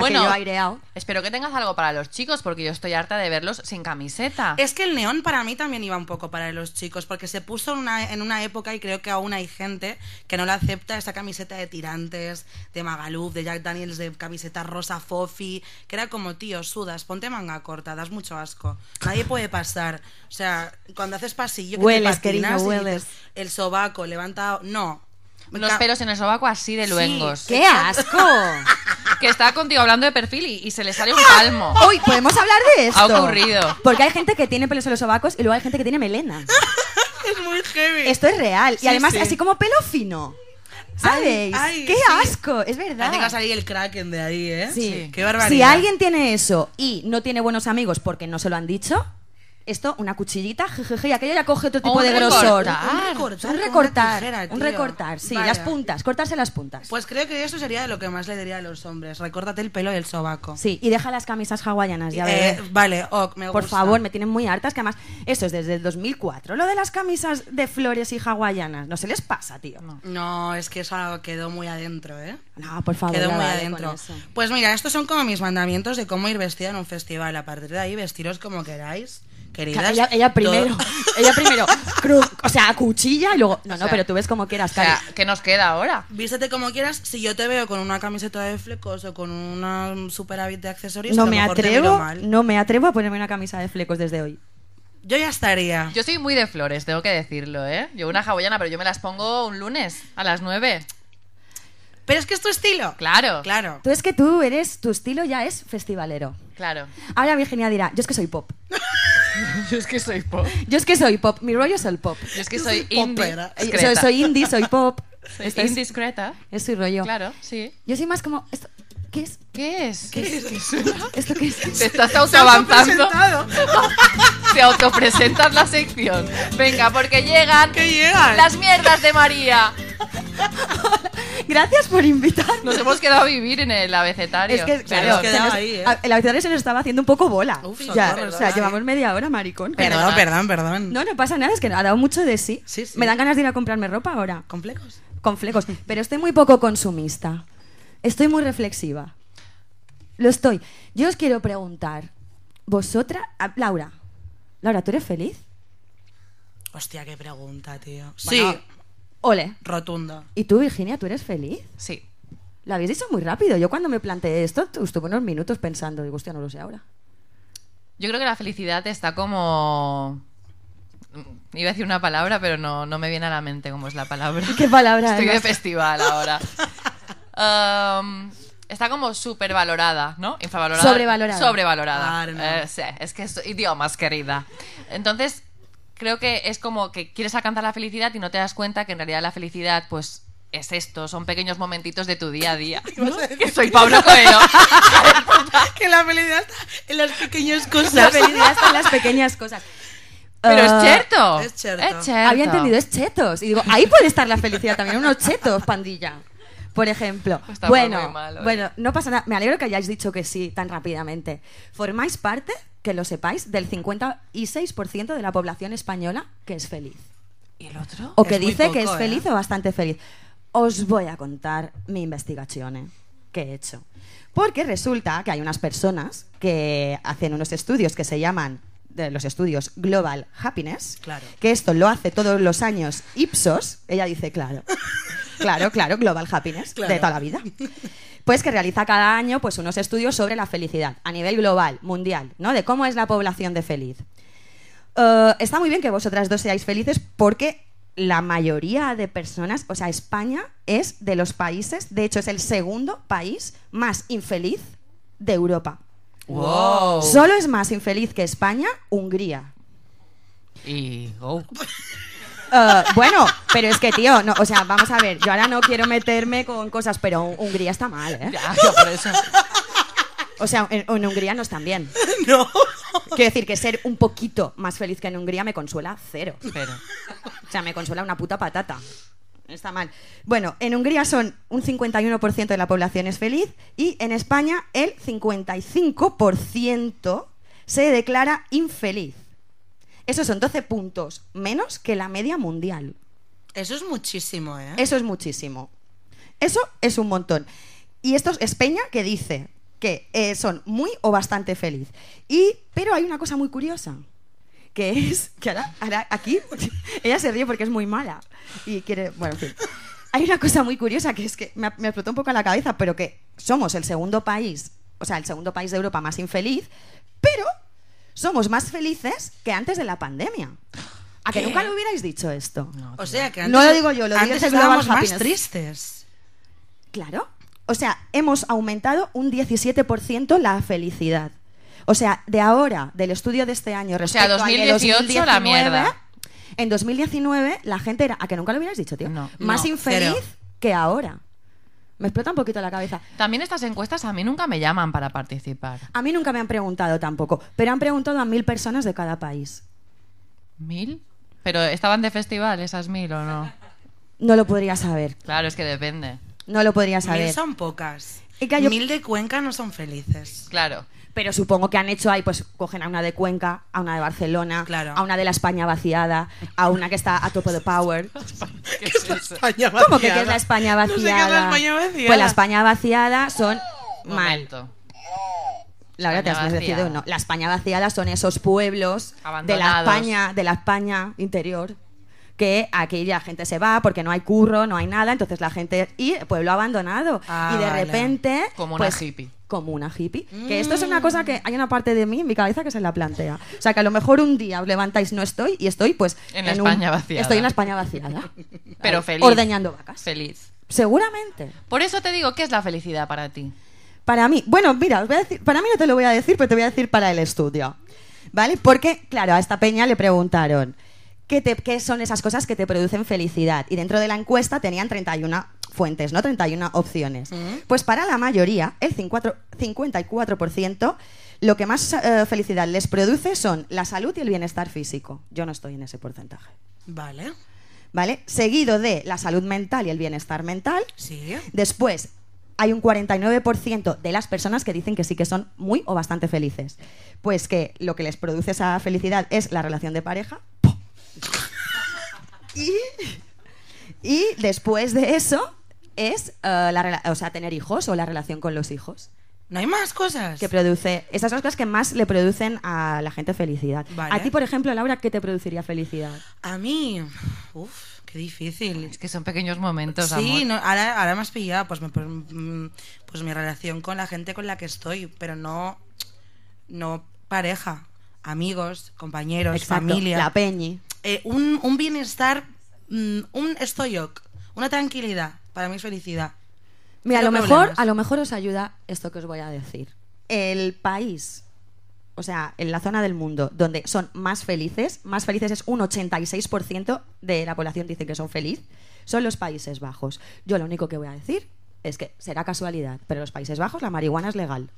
Bueno. Aquello aireado. Espero que tengas algo para los chicos, porque yo estoy harta de verlos sin camiseta. Es que el neón para mí también iba un poco para los chicos, porque se puso en una, en una época y creo que aún hay gente que no la acepta esa camiseta de tirantes, de Magaluf, de Jack Daniels, de camiseta rosa fofi, que era como, tío, sudas, ponte manga corta, das mucho asco. Nadie puede pasar. O sea, cuando haces pasillo, que Hueles, te cariño, patinas y dices, hueles. el sobaco levantado, no. Unos Ca- pelos en el sobaco así de luengos. ¡Qué asco! Que está contigo hablando de perfil y, y se le sale un ¡Ah! palmo. Uy, ¿podemos hablar de esto? Ha ocurrido. Porque hay gente que tiene pelos en los sobacos y luego hay gente que tiene melena. Es muy heavy. Esto es real. Y Sí, además, sí. así como pelo fino. ¿Sabéis? ay, ¡Qué sí. asco! Es verdad. Parece que va a salir el Kraken de ahí, ¿eh? Sí. Qué barbaridad. Si alguien tiene eso y no tiene buenos amigos porque no se lo han dicho, esto, una cuchillita, jejeje, y aquello ya coge otro O tipo un de grosor. recortar. Un Un recortar con recortar, una tijera, un tío. recortar, sí, Vale. las puntas, cortarse las puntas. Pues creo que eso sería de lo que más le diría a los hombres. Recórtate el pelo y el sobaco. Sí, y deja las camisas hawaianas, ya Eh, veré. vale, ok, me Por gusta. favor, me tienen muy hartas, que además, eso es desde el 2004, lo de las camisas de flores y hawaianas, no se les pasa, tío. No, No, es que eso quedó muy adentro, ¿eh? por favor, quedó muy dale adentro. con eso. Pues mira, estos son como mis mandamientos de cómo ir vestida en un festival. A partir de ahí, vestiros como queráis, queridas. Ella, ella Todo- primero, ella primero, cru- o sea, cuchilla y luego, no, no, sea, pero tú ves como quieras, O Cari. sea, ¿qué nos queda ahora? Vístete como quieras. Si yo te veo con una camiseta de flecos o con una superávit de accesorios, a No lo me mejor te miro atrevo, mal. no me atrevo a ponerme una camisa de flecos desde hoy. Yo ya estaría. Yo soy muy de flores, tengo que decirlo, ¿eh? Yo una hawaiana, pero yo me las pongo un lunes a las 9. Pero es que es tu estilo. Claro, claro. Claro. Tú es que tú eres, tu estilo ya es festivalero. Ahora Virginia dirá, yo es que soy pop. Yo es que soy pop. Yo es que soy pop, mi rollo es el pop. Yo es que Yo soy soy indie. popera. Yo Eh, Soy, soy indie, soy pop. Este es- indiscreta. Es su rollo. Claro, sí. Yo soy más como, ¿esto qué es? ¿Qué es? ¿Qué es? ¿Esto qué es? Te estás autoavanzando. Presentado. Te autopresentas la sección. Venga, porque llegan Que llegan. las mierdas de María. Gracias por invitarme. Nos hemos quedado a vivir en el abecetario. Es que, Perdón. claro, Nos se quedaba nos- ahí, ¿eh? a- el abecedario se nos estaba haciendo un poco bola. Uf, ya, socorro, o sea, perdona. llevamos media hora, maricón. Perdón, perdón, perdón. No, no pasa nada, es que ha dado mucho de sí. Sí, sí. Me dan ganas de ir a comprarme ropa ahora, ¿Con flecos? con flecos. Pero estoy muy poco consumista. Estoy muy reflexiva. Lo estoy. Yo os quiero preguntar, vosotras, a- Laura, Laura, ¿tú eres feliz? Hostia, qué pregunta, tío. Bueno, sí, Ah. Ole. rotundo. ¿Y tú, Virginia, tú eres feliz? Sí. Lo habéis dicho muy rápido. Yo cuando me planteé esto, tu- estuve unos minutos pensando, digo, hostia, no lo sé ahora. Yo creo que la felicidad está como. mm, Iba a decir una palabra, pero no, no me viene a la mente cómo es la palabra. ¿Qué palabra Estoy de además? festival ahora. Um, está como súper valorada, ¿no? Infravalorada. Sobrevalorada. Sobrevalorada. Ah, no. Eh, sí, es que es idiomas, querida. Entonces, creo que es como que quieres alcanzar la felicidad y no te das cuenta que en realidad la felicidad, pues. Es esto, son pequeños momentitos de tu día a día. ¿no? Que soy Pablo Coelho. Ah, que la felicidad está en las pequeñas La cosas. felicidad está en las pequeñas cosas. Pero Ah, es cierto. es cierto. Había entendido, es chetos. Y digo, ahí puede estar la felicidad también, unos chetos, pandilla. Por ejemplo. Estamos bueno, Pues muy ¿eh? mal hoy. bueno, no pasa nada. Me alegro que hayáis dicho que sí tan rápidamente. Formáis parte, que lo sepáis, del 56% de la población española que es feliz. ¿Y el otro? O que Es muy dice que es poco, ¿eh? feliz o bastante feliz. Os voy a contar mi investigación eh, que he hecho. Porque resulta que hay unas personas que hacen unos estudios que se llaman de los estudios Global Happiness, Claro. que esto lo hace todos los años Ipsos, ella dice, claro, claro, claro, Global Happiness, Claro. de toda la vida, pues que realiza cada año pues, unos estudios sobre la felicidad a nivel global, mundial, ¿no? De cómo es la población de feliz. Eh, está muy bien que vosotras dos seáis felices porque la mayoría de personas, o sea, España es de los países, de hecho es el segundo país más infeliz de Europa. Wow. Solo es más infeliz que España, Hungría. Y. oh. Eh, bueno, pero es que, tío, no, o sea, vamos a ver, yo ahora no quiero meterme con cosas, pero Hun- Hungría está mal, ¿eh? Ya, ya por eso. O sea, en, en Hungría no están bien. No. Quiero decir que ser un poquito más feliz que en Hungría me consuela cero. Pero. O sea, me consuela una puta patata. Está mal. Bueno, en Hungría son un 51% de la población es feliz y en España el 55% se declara infeliz. Esos son 12 puntos menos que la media mundial. Eso es muchísimo, ¿eh? Eso es muchísimo. Eso es un montón. Y esto es Peña que dice que eh, son muy o bastante feliz. Y, pero hay una cosa muy curiosa, que es que ahora, ahora aquí ella se ríe porque es muy mala y quiere, bueno, en fin. Hay una cosa muy curiosa que es que me, me explotó un poco en la cabeza, pero que somos el segundo país, o sea, el segundo país de Europa más infeliz, pero somos más felices que antes de la pandemia. ¿A que nunca lo hubierais dicho esto? No, O sea que No antes, lo digo yo, lo dice antes Global estábamos más Happiness. tristes. Claro. O sea, hemos aumentado un 17% la felicidad. O sea, de ahora, del estudio de este año sea, respecto al de 2018 la 2019, mierda. En 2019 la gente era, a que nunca lo hubieras dicho, tío, No. más No, infeliz cero. que ahora. Me explota un poquito la cabeza. También estas encuestas a mí nunca me llaman para participar. A mí nunca me han preguntado tampoco, pero han preguntado a mil personas de cada país. ¿Mil? Pero estaban de festival esas mil o no. No lo podría saber. Claro, es que depende. No lo podría saber. Mil son pocas. Y que yo- Mil de Cuenca no son felices. Claro. Pero supongo que han hecho ahí, pues cogen a una de Cuenca, a una de Barcelona, Claro. a una de la España vaciada, a una que está a tope de power. ¿Qué es eso? España ¿Cómo que vaciada. qué es la España vaciada? No sé qué es la España vaciada. Pues la España vaciada son mal. Momento. Laura, te España has vaciada. decidido no. La España vaciada son esos pueblos de la Abandonados. España, de la España interior que aquí la gente se va porque no hay curro, no hay nada, entonces la gente y pueblo abandonado Ah, y de vale. repente Como una pues, hippie. Mm. como una hippie. Que esto es una cosa que hay una parte de mí en mi cabeza que se la plantea. O sea, que a lo mejor un día os levantáis, no estoy, y estoy pues... En la un- España vaciada. Estoy en la España vaciada. Pero Ahí, feliz. Ordeñando vacas. Feliz. Seguramente. Por eso te digo, ¿qué es la felicidad para ti? Para mí, bueno, mira, os voy a decir- para mí no te lo voy a decir, pero te voy a decir para el estudio. ¿Vale? Porque, claro, a esta peña le preguntaron ¿qué, te- qué son esas cosas que te producen felicidad. Y dentro de la encuesta tenían 31 fuentes, ¿no? 31 opciones. Pues para la mayoría, el 54 54%, lo que más eh, felicidad les produce son la salud y el bienestar físico. Yo no estoy en ese porcentaje. Vale. ¿Vale? Seguido de la salud mental y el bienestar mental. Sí. Después, hay un 49% de las personas que dicen que sí que son muy o bastante felices. Pues que lo que les produce esa felicidad es la relación de pareja. Y, y después de eso es eh, la rela- o sea, tener hijos o la relación con los hijos. ¿No hay más cosas? Que produce, esas son las cosas que más le producen a la gente felicidad. Vale. A ti, por ejemplo, Laura, ¿qué te produciría felicidad? A mí... Uf, qué difícil. Es que son pequeños momentos, sí, amor. no, ahora, ahora me has pillado. Pues, me- pues, mm, pues mi relación con la gente con la que estoy, pero no, no pareja. Amigos, compañeros, Exacto, Pues familia. La peñi. Eh, un, un bienestar, mm, un estoy ok, una tranquilidad. Para mí es felicidad. Mira, a Cero lo, mejor, problemas. a lo mejor os ayuda esto que os voy a decir. El país, o sea, en la zona del mundo donde son más felices, más felices es un 86% de la población dice que son feliz, son los Países Bajos. Yo lo único que voy a decir es que será casualidad, pero en los Países Bajos la marihuana es legal.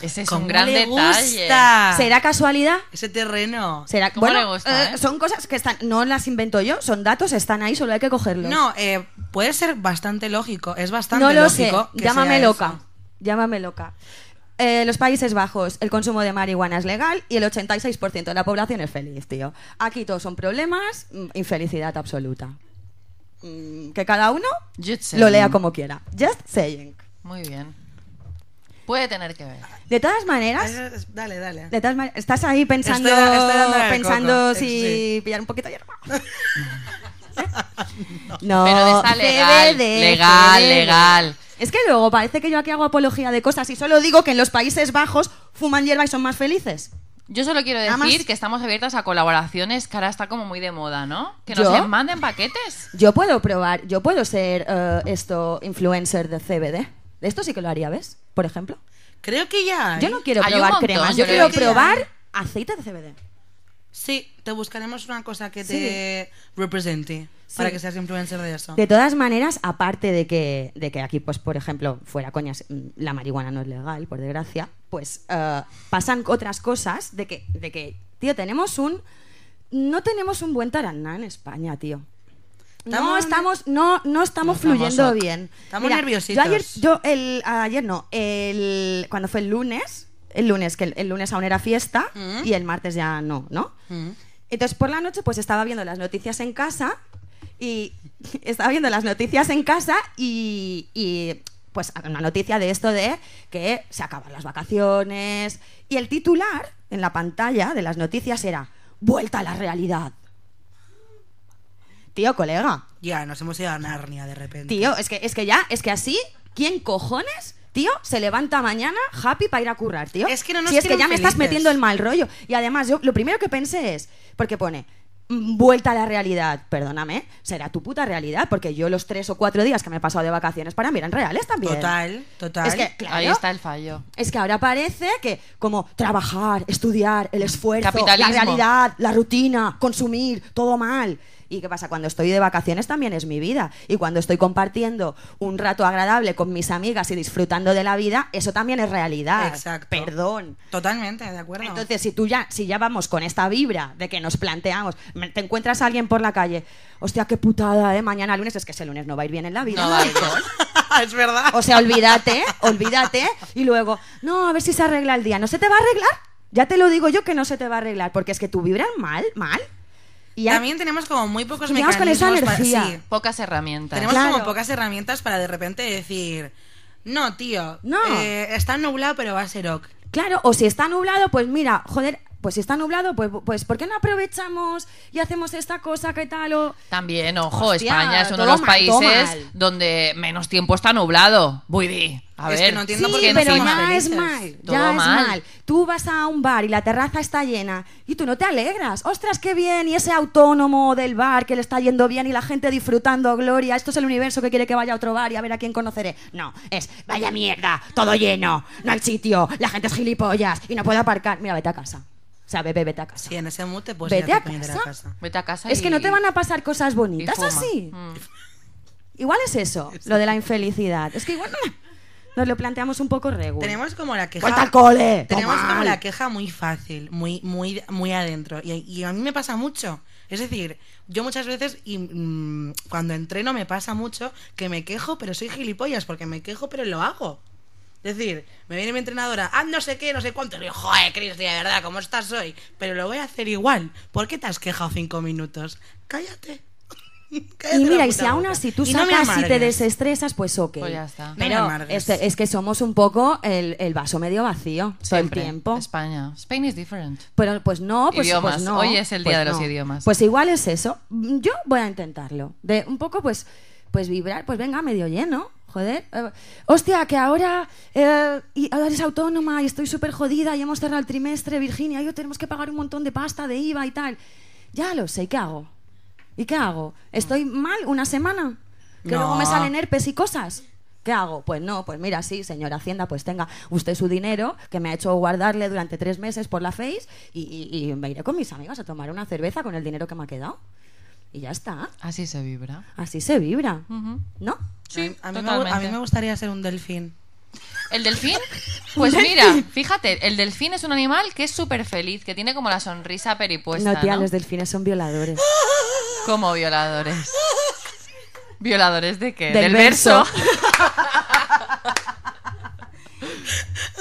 Ese es ¿Cómo un gran le detalle. gusta ¿Será casualidad? Ese terreno. Será, Ah. ¿Cómo bueno, le eh, gusta, eh? son cosas que están, no las invento yo, son datos, están ahí, solo hay que cogerlos. No, eh, puede ser bastante lógico. Es bastante No lo sé. lógico. que Llámame sea loca. eso. Llámame loca. Eh, los Países Bajos, el consumo de marihuana es legal y el 86% de la población es feliz, tío. Aquí todos son problemas, mm, infelicidad absoluta. Mm, Que cada uno Just lo lea saying. como quiera. Just saying. Muy bien. Puede tener que ver. De todas maneras, Es- es- Dale, dale. de todas maneras, estás ahí pensando, Estoy da- estoy dándole al pensando coco, si sí. pillar un poquito de hierba. no. Pero de esa legal, legal, legal. Es que luego parece que yo aquí hago apología de cosas y solo digo que en los Países Bajos fuman hierba y son más felices. Yo solo quiero decir Además- que estamos abiertas a colaboraciones que ahora está como muy de moda, ¿no? Que nos ¿Yo? manden paquetes. Yo puedo probar, yo puedo ser eh, esto influencer de CBD. De esto sí que lo haría, ¿ves? Por ejemplo. Creo que ya. hay. Yo no quiero Hay un probar montón, cremas, yo yo quiero creo que ya hay. probar aceite de CBD. Sí, te buscaremos una cosa que te represente para que seas influencer de eso. De todas maneras, aparte de que, de que aquí, pues, por ejemplo, fuera coñas, mm, la marihuana no es legal, por desgracia, pues eh, pasan otras cosas de que, de que, tío, tenemos un... No tenemos un buen taraná en España, tío. no Estamos- estamos, no, no estamos No estamos fluyendo ok. bien. Estamos nerviositos. Yo ayer, yo el, ayer no, el, cuando fue el lunes, el lunes, que el, el lunes aún era fiesta Mm. y el martes ya no, ¿no? Mm. Entonces por la noche pues estaba viendo las noticias en casa y estaba viendo las noticias en casa y, y, pues una noticia de esto de que se acaban las vacaciones y el titular en la pantalla de las noticias era Vuelta a la realidad. Tío, colega, Ya, nos hemos ido a Narnia de repente. tío, es que, es que ya, es que así, ¿quién cojones? Tío, se levanta mañana happy para ir a currar, tío. Es que no nos Si es que quieren ya me estás felices. metiendo el mal rollo. Y además, yo lo primero que pensé es, porque pone, mm, vuelta a la realidad, perdóname, será tu puta realidad, porque yo los tres o cuatro días que me he pasado de vacaciones para mí eran reales también. Total, total. Es que, claro, Ahí está el fallo. es que ahora parece que como trabajar, estudiar, el esfuerzo, la Capitalismo. realidad, la rutina, consumir, todo mal. ¿Y qué pasa? Cuando estoy de vacaciones también es mi vida. Y cuando estoy compartiendo un rato agradable con mis amigas y disfrutando de la vida, eso también es realidad. Exacto. Perdón. Totalmente, de acuerdo. Entonces, si tú ya, si ya vamos con esta vibra de que nos planteamos, me- te encuentras a alguien por la calle, hostia, qué putada, ¿eh? Mañana lunes, es que ese lunes no va a ir bien en la vida. No va a ir bien. es verdad. O sea, olvídate, olvídate. Y luego, no, a ver si se arregla el día. ¿No se te va a arreglar? Ya te lo digo yo que no se te va a arreglar, porque es que tú vibras mal, mal. Y ya- También tenemos como muy pocos Llegamos con mecanismos esa para- energía. sí, Pocas herramientas. tenemos Claro. como pocas herramientas para de repente decir, no, tío, No. eh, está nublado pero va a ser ok. Claro, o si está nublado, pues mira, joder, pues si está nublado, pues, pues ¿por qué no aprovechamos y hacemos esta cosa que tal o...? También, ojo, Hostia, España es uno todo de los mal, todo países mal. donde menos tiempo está nublado. Buidi. A Es ver, que no entiendo sí, por qué no pero somos ya es felices. mal, Todo ya mal. es mal. Tú vas a un bar y la terraza está llena y tú no te alegras. Ostras, qué bien, y ese autónomo del bar que le está yendo bien y la gente disfrutando, gloria, esto es el universo que quiere que vaya a otro bar y a ver a quién conoceré. No, es vaya mierda, todo lleno, no hay sitio, la gente es gilipollas y no puedo aparcar. Mira, vete a casa. O sea, bebé, vete a casa. Si en ese mute, pues Vete ya a te puedes ir casa. Vete a casa Es que y- no te van a pasar cosas y bonitas fuma. así. Mm. Igual es eso, lo de la infelicidad. Es que igual nos lo planteamos un poco regular. Tenemos como la queja... ¡Vuelta al cole! Tenemos Toma. como la queja muy fácil, muy, muy, muy adentro. Y, y a mí me pasa mucho. Es decir, yo muchas veces, y, mm, cuando entreno, me pasa mucho que me quejo, pero soy gilipollas, porque me quejo, pero lo hago. Es decir, me viene mi entrenadora, ah, no sé qué, no sé cuánto. Le digo, joder, Cristi, de verdad, ¿cómo estás hoy? Pero lo voy a hacer igual. ¿Por qué te has quejado cinco minutos? Cállate. Cállate Y la mira, y puta si aún boca. así tú Y no me sacas y te amargues. desestresas, pues ok. Pues ya está. No me Pero amargues. este- es que somos un poco el, el vaso medio vacío Siempre. todo el tiempo. España. Spain is different. Pero pues no, pues, Idiomas. pues no. Hoy es el día pues de los no. idiomas. Pues igual es eso. Mm, Yo voy a intentarlo. De un poco, pues, pues vibrar, pues venga, medio lleno. Joder. Eh, hostia, que ahora, eh, y ahora eres autónoma y estoy súper jodida y hemos cerrado el trimestre, Virginia, y yo tenemos que pagar un montón de pasta de IVA y tal. Ya lo sé, ¿y qué hago? ¿Y qué hago? ¿Estoy mal una semana? ¿Que No. luego me salen herpes y cosas? ¿Qué hago? Pues no, pues mira, sí, señora Hacienda, pues tenga usted su dinero que me ha hecho guardarle durante tres meses por la Face y, y- y me iré con mis amigos a tomar una cerveza con el dinero que me ha quedado. Y ya está. Así se vibra. Así se vibra, Ujú. ¿no? Sí, a, mí me, gu- totalmente. a mí me gustaría ser un delfín. ¿El delfín? Pues mira, fíjate, el delfín es un animal que es súper feliz, que tiene como la sonrisa peripuesta. no, tía, Pues ¿no? los delfines son violadores. Como violadores. ¿Violadores de qué? Del verso.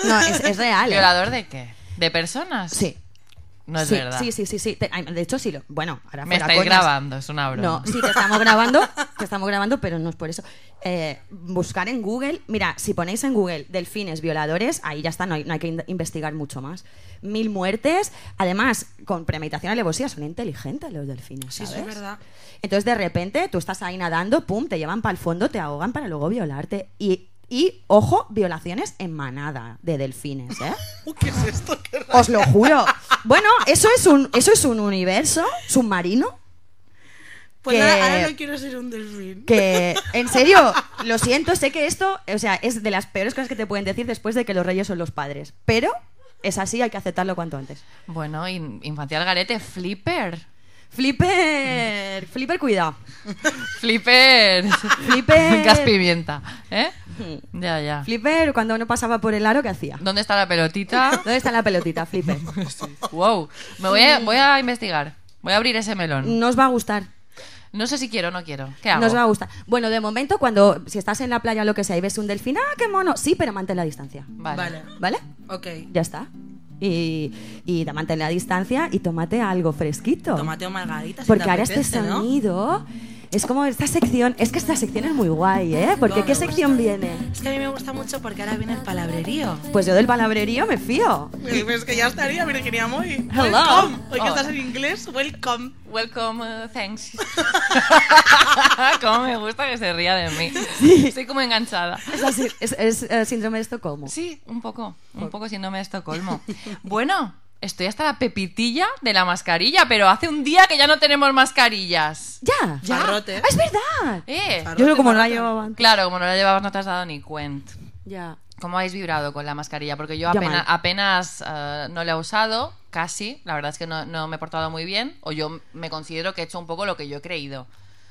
No, es, es real. ¿eh? ¿Violador de qué? ¿De personas? Sí. No es sí, verdad. Sí, sí, sí, sí. Te- ay, de hecho, sí lo. Bueno, ahora Me fuera estáis coñas. grabando, es una broma. No, sí, te estamos grabando, te estamos grabando, pero no es por eso. Eh, buscar en Google, mira, si ponéis en Google delfines violadores, ahí ya está, no hay, no hay que in- investigar mucho más. Mil muertes, además, con premeditación y alevosía, son inteligentes los delfines, Sí, eso ¿sabes? es verdad. Entonces, de repente, tú estás ahí nadando, pum, te llevan para el fondo, te ahogan para luego violarte. Y, y, ojo, violaciones en manada de delfines, ¿eh? Uh, ¿Qué es esto? ¿Qué ra- Os lo juro. Bueno, eso es un, eso es un universo submarino Pues que- ahora, ahora no quiero ser un delfín. que, en serio, lo siento, sé que esto, o sea, es de las peores cosas que te pueden decir después de que los reyes son los padres. Pero es así, hay que aceptarlo cuanto antes. Bueno, in- infancial garete, flipper. Flipper, Flipper, cuidado. Flipper. Flipper. Mm. Gas pimienta. ¿Eh? Ya, ya. Flipper, cuando no pasaba por el aro, ¿qué hacía? ¿Dónde está la pelotita? ¿Dónde está la pelotita, Flipper? wow. Me voy a, voy a investigar. Voy a abrir ese melón. Nos va a gustar. No sé si quiero o no quiero. ¿Qué hago? Mm. Nos va a gustar. Bueno, de momento, cuando si estás en la playa o lo que sea y ves un delfín, ¡ah, qué mono! Sí, pero mantén la distancia. Vale. ¿Vale? Ok. Ya está. Y, y da- mantén la distancia y tómate algo fresquito. Oh. Tomate o margarita. si Porque te ahora este apetece, ¿no? sonido es como esta sección. Es que esta sección es muy guay, ¿eh? Porque No, ¿qué me gusta. sección viene? Es que a mí me gusta mucho porque ahora viene el palabrerío. Pues yo del palabrerío me fío. Eh, Es que ya estaría, Virginia Moy. Hello. Welcome. Hoy que Hola. estás en inglés, welcome. Welcome, uh, thanks. Cómo me gusta que se ría de mí. Estoy como enganchada. Es, así, es- es, eh, síndrome de Estocolmo. Sí, un poco, un poco síndrome de Estocolmo. Bueno, estoy hasta la pepitilla de la mascarilla, pero hace un día que ya no tenemos mascarillas. ¡Ya! Ya. Farrote. ¡Ah, ¡Es verdad! Eh, Farrote, Yo creo como no la farrote. llevaba antes. claro, como no la llevabas no te has dado ni cuenta. Ya. ¿Cómo habéis vibrado con la mascarilla? Porque yo Ya mal. apenas, apenas eh, no la he usado, casi. La verdad es que no, no me he portado muy bien. O yo me considero que he hecho un poco lo que yo he creído.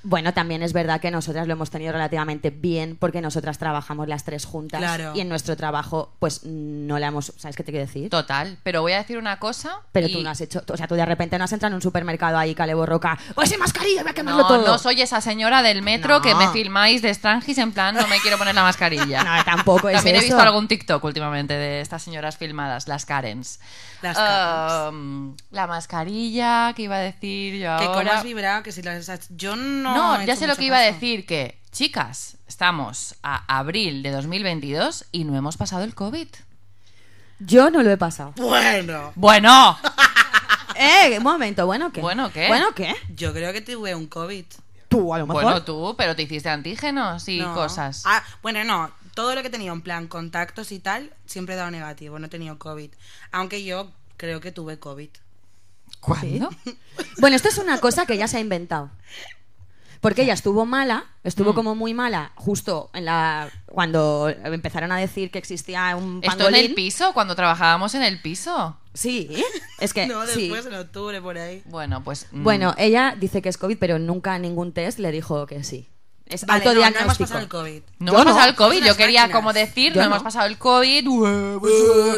Bueno, también es verdad que nosotras lo hemos tenido relativamente bien porque nosotras trabajamos las tres juntas Claro. y en nuestro trabajo pues no la hemos... ¿Sabes qué te quiero decir? Total. Pero voy a decir una cosa. Pero y- tú no has hecho... O sea, tú de repente no has entrado en un supermercado ahí, cale borroca. ¡Oh, ese mascarilla! ¡Voy a quemarlo No, todo! no soy esa señora del metro No. que me filmáis de Strangis en plan no me quiero poner la mascarilla. No, tampoco es También he eso. visto algún TikTok últimamente de estas señoras filmadas, las Karens. Las Um, la mascarilla, que iba a decir yo Que cómo ahora? has vibrado, que si las has- Yo no. No, he ya hecho sé lo mucho que iba a caso. decir, que chicas, estamos a abril de 2022 y no hemos pasado el COVID. Yo no lo he pasado. Bueno. Bueno, Eh, un momento, ¿bueno qué? Bueno, ¿qué? ¿Bueno qué? Yo creo que tuve un COVID. Tú, a lo mejor. bueno tú, pero te hiciste antígenos y No. cosas. Ah, bueno, no. Todo lo que he tenido en plan contactos y tal, siempre he dado negativo. No he tenido COVID. Aunque yo creo que tuve COVID. ¿Cuándo? Bueno, esto es una cosa que ya se ha inventado. Porque ella estuvo mala, estuvo Mm. como muy mala, justo en la cuando empezaron a decir que existía un Esto en pangolín. el piso, cuando trabajábamos en el piso. sí, es que no, sí. después en octubre, por ahí. Bueno, pues. mm, Bueno, ella dice que es COVID, pero nunca ningún test le dijo que sí. Es Vale, alto no, no hemos diagnóstico. pasado el COVID. No Yo hemos no. pasado el COVID, Son yo las quería máquinas. como decir, Yo no, no. hemos pasado el COVID.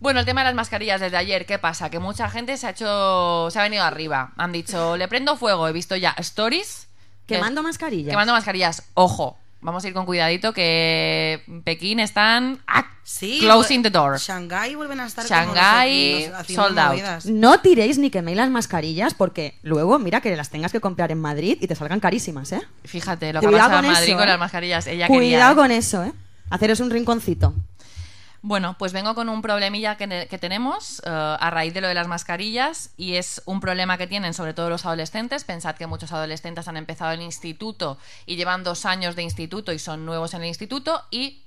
Bueno, el tema de las mascarillas desde ayer, ¿qué pasa? Que mucha gente se ha hecho, se ha venido arriba. Han dicho, le prendo fuego, he visto ya stories. Quemando que- mascarillas. Eh, Quemando mascarillas, ojo. Vamos a ir con cuidadito que en Pekín están ah, Sí. closing vu- pues, the door. Shanghái vuelven a estar como Shanghái, nosotros, haciendo sold out. movidas. No tiréis ni queméis las mascarillas porque luego mira que las tengas que comprar en Madrid y te salgan carísimas, ¿eh? Fíjate lo que Cuidado pasa en con Madrid eso, con ¿eh? las mascarillas. Ella Cuidado quería, ¿eh? con eso, ¿eh? Haceros un rinconcito. Bueno, pues vengo con un problemilla que, ne- que tenemos eh, a raíz de lo de las mascarillas y es un problema que tienen sobre todo los adolescentes. Pensad que muchos adolescentes han empezado el instituto y llevan dos años de instituto y son nuevos en el instituto y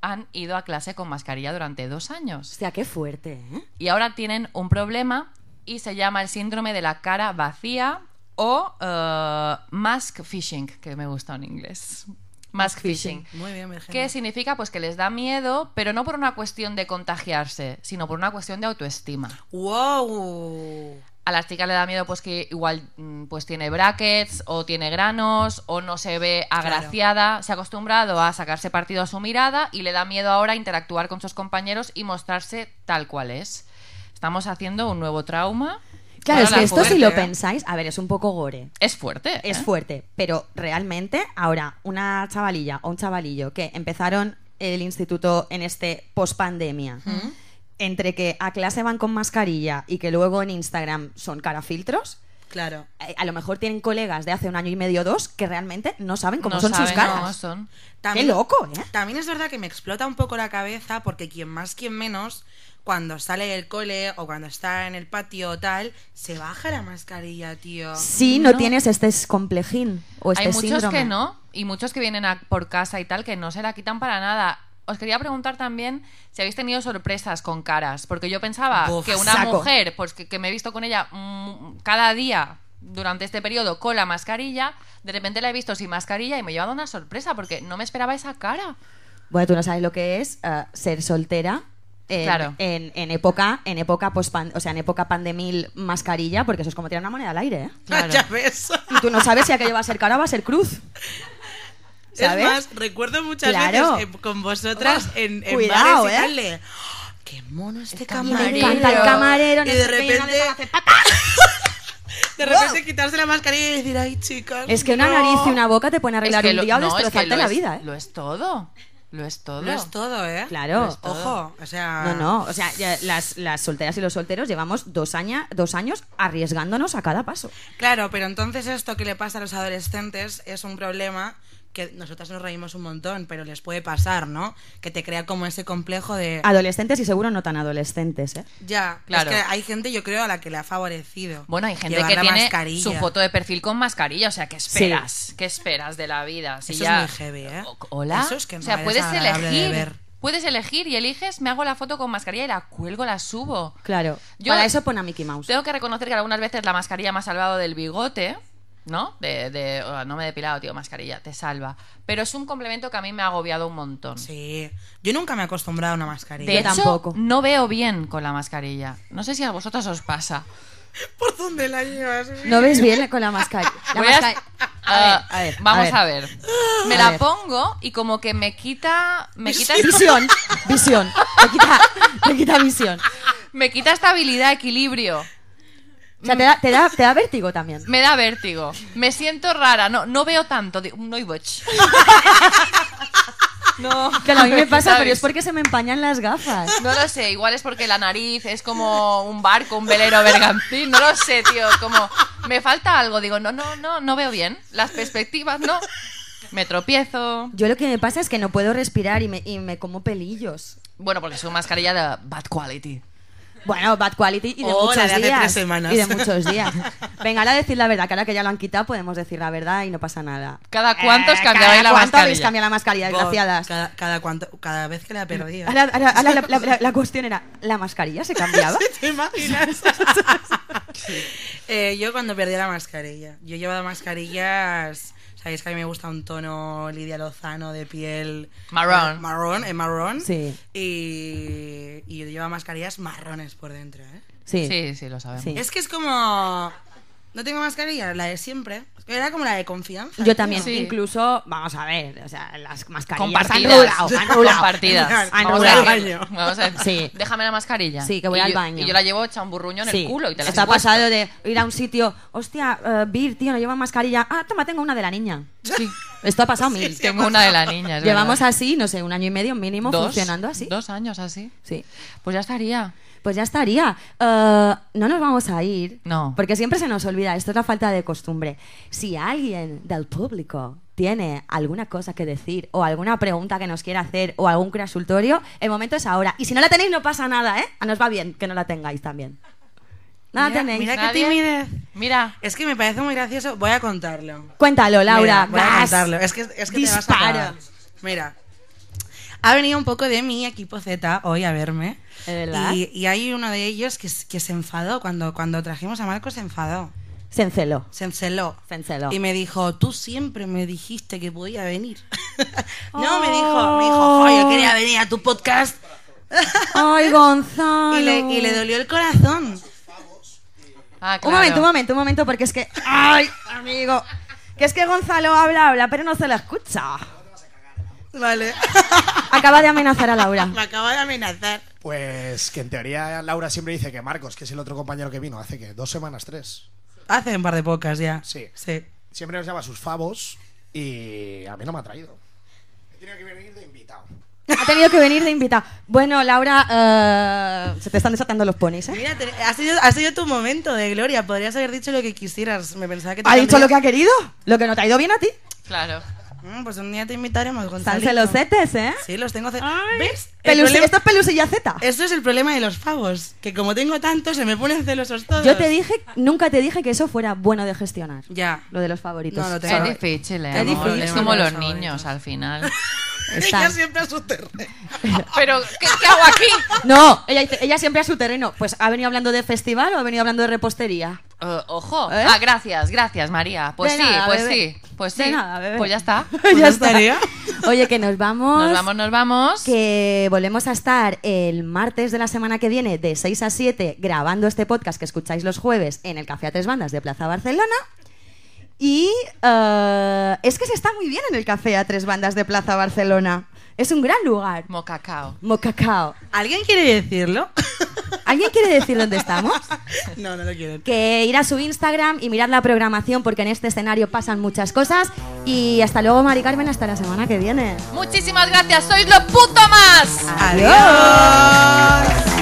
han ido a clase con mascarilla durante dos años. Hostia, qué fuerte, ¿eh? Y ahora tienen un problema y se llama el síndrome de la cara vacía o eh, mask phishing, que me gusta en inglés. Mask phishing. Muy bien, Virginia. ¿Qué significa? Pues que les da miedo, pero no por una cuestión de contagiarse, sino por una cuestión de autoestima. ¡Wow! A las chicas le da miedo pues que igual mm, pues tiene brackets o tiene granos o no se ve agraciada, se ha acostumbrado a sacarse partido a su mirada y le da miedo ahora interactuar con sus compañeros y mostrarse tal cual es. Estamos haciendo un nuevo trauma. Claro, Ahora es que la esto si lo ¿eh? pensáis, a ver, es un poco gore. Es fuerte. Es ¿eh? fuerte, pero realmente ahora una chavalilla o un chavalillo que empezaron el instituto en este post-pandemia entre que a clase van con mascarilla y que luego en Instagram son cara filtros, Claro. eh, a lo mejor tienen colegas de hace un año y medio o dos que realmente no saben cómo no son saben sus cómo caras. son. Qué loco, ¿eh? También es verdad que me explota un poco la cabeza porque quien más, quien menos, cuando sale del cole o cuando está en el patio o tal, se baja la mascarilla, tío. Si no, No. tienes este es- complejín o este Hay muchos síndrome. que no, y muchos que vienen a- por casa y tal, que no se la quitan para nada. Os quería preguntar también si habéis tenido sorpresas con caras, porque yo pensaba Buf, que una saco. mujer, pues que, que me he visto con ella mm, cada día durante este periodo con la mascarilla, de repente la he visto sin mascarilla y me he llevado una sorpresa porque no me esperaba esa cara. Bueno, tú no sabes lo que es ah, ser soltera. En, Claro. en, en época, en época pospan- o sea, en época pandemil mascarilla, porque eso es como tirar una moneda al aire, ¿eh? Claro. ya ves. Y tú no sabes si aquello va a ser cara o va a ser cruz. ¿Sabes? Es más, recuerdo muchas Claro. Oh, veces eh, con vosotras en, en bares Cuidado, y ¿eh? tal, de, "Oh, ¡Qué mono este Me camarero! encanta el camarero, no Y sé de qué, y una repente, vez hace pa- de repente quitarse la mascarilla y decir, ay, chicas. Es que una no". nariz y una boca te pueden Es arreglar que un lo- día o no, es que destrozarte lo la es- vida, ¿eh? Lo es todo. Lo es todo. Lo es todo, ¿eh? Claro. lo es todo. Ojo, o sea. No, no, o sea, ya las, las solteras y los solteros llevamos dos, aña- dos años arriesgándonos a cada paso. Claro, pero entonces esto que le pasa a los adolescentes es un problema que nosotras nos reímos un montón, pero les puede pasar, ¿no? Que te crea como ese complejo de. Adolescentes y seguro no tan adolescentes, ¿eh? Ya, Claro. es que hay gente, yo creo, a la que le ha favorecido. Bueno, hay gente llevar que la tiene mascarilla. su foto de perfil con mascarilla, o sea, ¿qué esperas? ¿Qué esperas de la vida? Si Eso ya- es muy heavy, ¿eh? O- Hola. Eso es que no o sea, es puedes agradable de elegir. ver. Puedes elegir y eliges, me hago la foto con mascarilla y la cuelgo, la subo. Claro. Yo- Para eso pon a Mickey Pues- Mouse. Tengo que reconocer que algunas veces la mascarilla me ha salvado del bigote, ¿no? De, de- oh, no me he depilado, tío, mascarilla, te salva. Pero es un complemento que a mí me ha agobiado un montón. Sí. Yo nunca me he acostumbrado a una mascarilla. Yo De hecho, tampoco. no veo bien con la mascarilla. No sé si a vosotros os pasa. ¿Por dónde la llevas? No ves bien con la mascarilla. La Voy a- masca- Ah, a ver, a ver, vamos a a ver. Me A la ver. pongo y como que me quita, me quita, Visión, visión. Te quita, te quita visión. me quita estabilidad, equilibrio. O sea, te da, te da, te da vértigo también. Me da vértigo. Me siento rara. No, no veo tanto. Digo, No hay boch. No. Claro, a mí me pasa, ¿sabes? pero es porque se me empañan las gafas. No lo sé, igual es porque la nariz es como un barco, un velero bergantín, no lo sé, tío, como me falta algo, digo, no, no, no, no veo bien, las perspectivas, no, me tropiezo. Yo lo que me pasa es que no puedo respirar y me, y me como pelillos. Bueno, porque soy mascarilla de bad quality. Bueno, bad quality y de Oh, muchos la de hace días. tres semanas. Y de muchos días. Venga, ahora decir la verdad, que ahora que ya lo han quitado podemos decir la verdad y no pasa nada. ¿Cada cuánto os Eh, cambiabais la ¿Cada cuánto habéis mascarilla? cambiado la mascarilla, Vos, desgraciadas? Cada, cada, cuanto- cada vez que la he perdido. Ahora, ahora- ahora la, la- la- la cuestión era, ¿la mascarilla se cambiaba? ¿Te imaginas? Eh, yo cuando perdí la mascarilla. Yo he llevado mascarillas. Sabéis que a mí me gusta un tono Lidia Lozano de piel. Marrón. eh, Marrón, es marrón. Sí. Y, y yo llevaba mascarillas marrones por dentro, ¿eh? Sí. Sí, sí, lo sabemos. Sí. Es que es como. No tengo mascarilla, la de siempre. Era como la de confianza. Yo también, Sí. incluso, vamos a ver, o sea, las mascarillas han Compartidas. rulado, han rulado. Compartidas. Han Vamos rulado. a decir- Vamos a decir, Sí. Déjame la mascarilla. Sí, que voy Y al yo- baño. Y yo la llevo hecha un burruño en Sí. el culo y te la Está has puesto. pasado de ir a un sitio, hostia, eh, Vir, tío, no lleva mascarilla. Ah, toma, tengo una de la niña. Sí. Esto ha pasado mil. Tengo una de las niñas. es Llevamos verdad. así, no sé, un año y medio mínimo Dos- funcionando así. Dos años así. Sí. Pues ya estaría. Pues ya estaría. Eh, no nos vamos a ir. No. Porque siempre se nos olvida, esto es la falta de costumbre. Si alguien del público tiene alguna cosa que decir o alguna pregunta que nos quiera hacer o algún consultorio, el momento es ahora. Y si no la tenéis, no pasa nada, ¿eh? Nos va bien que no la tengáis también. Nada Mira- tenéis. mira qué Nadie. timidez. Mira. Es que me parece muy gracioso. Voy a contarlo. Cuéntalo, Laura. Mira, voy a vas. contarlo. Es que, es que te vas a Dispara. acabar. Mira. Ha venido un poco de mi equipo Z hoy a verme. ¿De verdad? Y, y hay uno de ellos que, s- que se enfadó. Cuando, cuando trajimos a Marco se enfadó. Se enceló. Se enceló. Se enceló. Y me dijo, tú siempre me dijiste que podía venir. no, me Oh. dijo, me dijo, "Jo, yo quería venir a tu podcast. Ay, Gonzalo. Y le, y le dolió el corazón. Ah, Un claro. momento, un momento, un momento, porque es que. ¡Ay, amigo! Que es que Gonzalo habla, habla, pero no se la escucha. Vale. Acaba de amenazar a Laura. Me acaba de amenazar. Pues que en teoría Laura siempre dice que Marcos, que es el otro compañero que vino, hace que dos semanas, tres. Hace un par de pocas ya. Sí. Sí. Siempre nos llama sus favos y a mí no me ha traído. He tenido que venir de invitado. Ha tenido que venir de invitada. Bueno, Laura, eh, se te están desatando los ponis, ¿eh? Mira, te- ha, sido, ha sido tu momento de gloria. Podrías haber dicho lo que quisieras. Me pensaba que te ¿Ha dicho lo que cambiaría. ha querido? ¿Lo que no te ha ido bien a ti? Claro. Mm, pues un día te invitaremos, Están Gonzalo. celosetes, ¿eh? Sí, los tengo. ce- Ay. ¿Ves? El Pelusi- problema- Esto es pelusilla Z. Esto es el problema de los pavos. Que como tengo tantos, se me ponen celosos todos. Yo te dije, nunca te dije que eso fuera bueno de gestionar. Ya. Lo de los favoritos. No, lo tengo. Es difícil, Es ¿eh? amor? difícil. Es como los Los niños al final. Están- siempre a su terreno. Pero, ¿qué, qué hago aquí? No, ella, dice- ella siempre a su terreno. Pues ha venido hablando de festival o ha venido hablando de repostería. Eh, ojo. ¿Eh? Ah, gracias, gracias, María. Pues De sí, nada, pues bebé. sí. Pues De sí. nada, bebé. pues ya está. ya estaría. Oye, que nos vamos. Nos vamos, nos vamos. Que volvemos a estar el martes de la semana que viene de 6 a 7 grabando este podcast que escucháis los jueves en el Café a Tres Bandas de Plaza Barcelona. Y eh, es que se está muy bien en el Café a Tres Bandas de Plaza Barcelona. Es un gran lugar. Mocacao. Mocacao. ¿Alguien quiere decirlo? ¿Alguien quiere decir dónde estamos? no, no lo quieren. Que ir a su Instagram y mirar la programación porque en este escenario pasan muchas cosas. Y hasta luego, Mari Carmen, hasta la semana que viene. Muchísimas gracias, sois lo puto más. Adiós.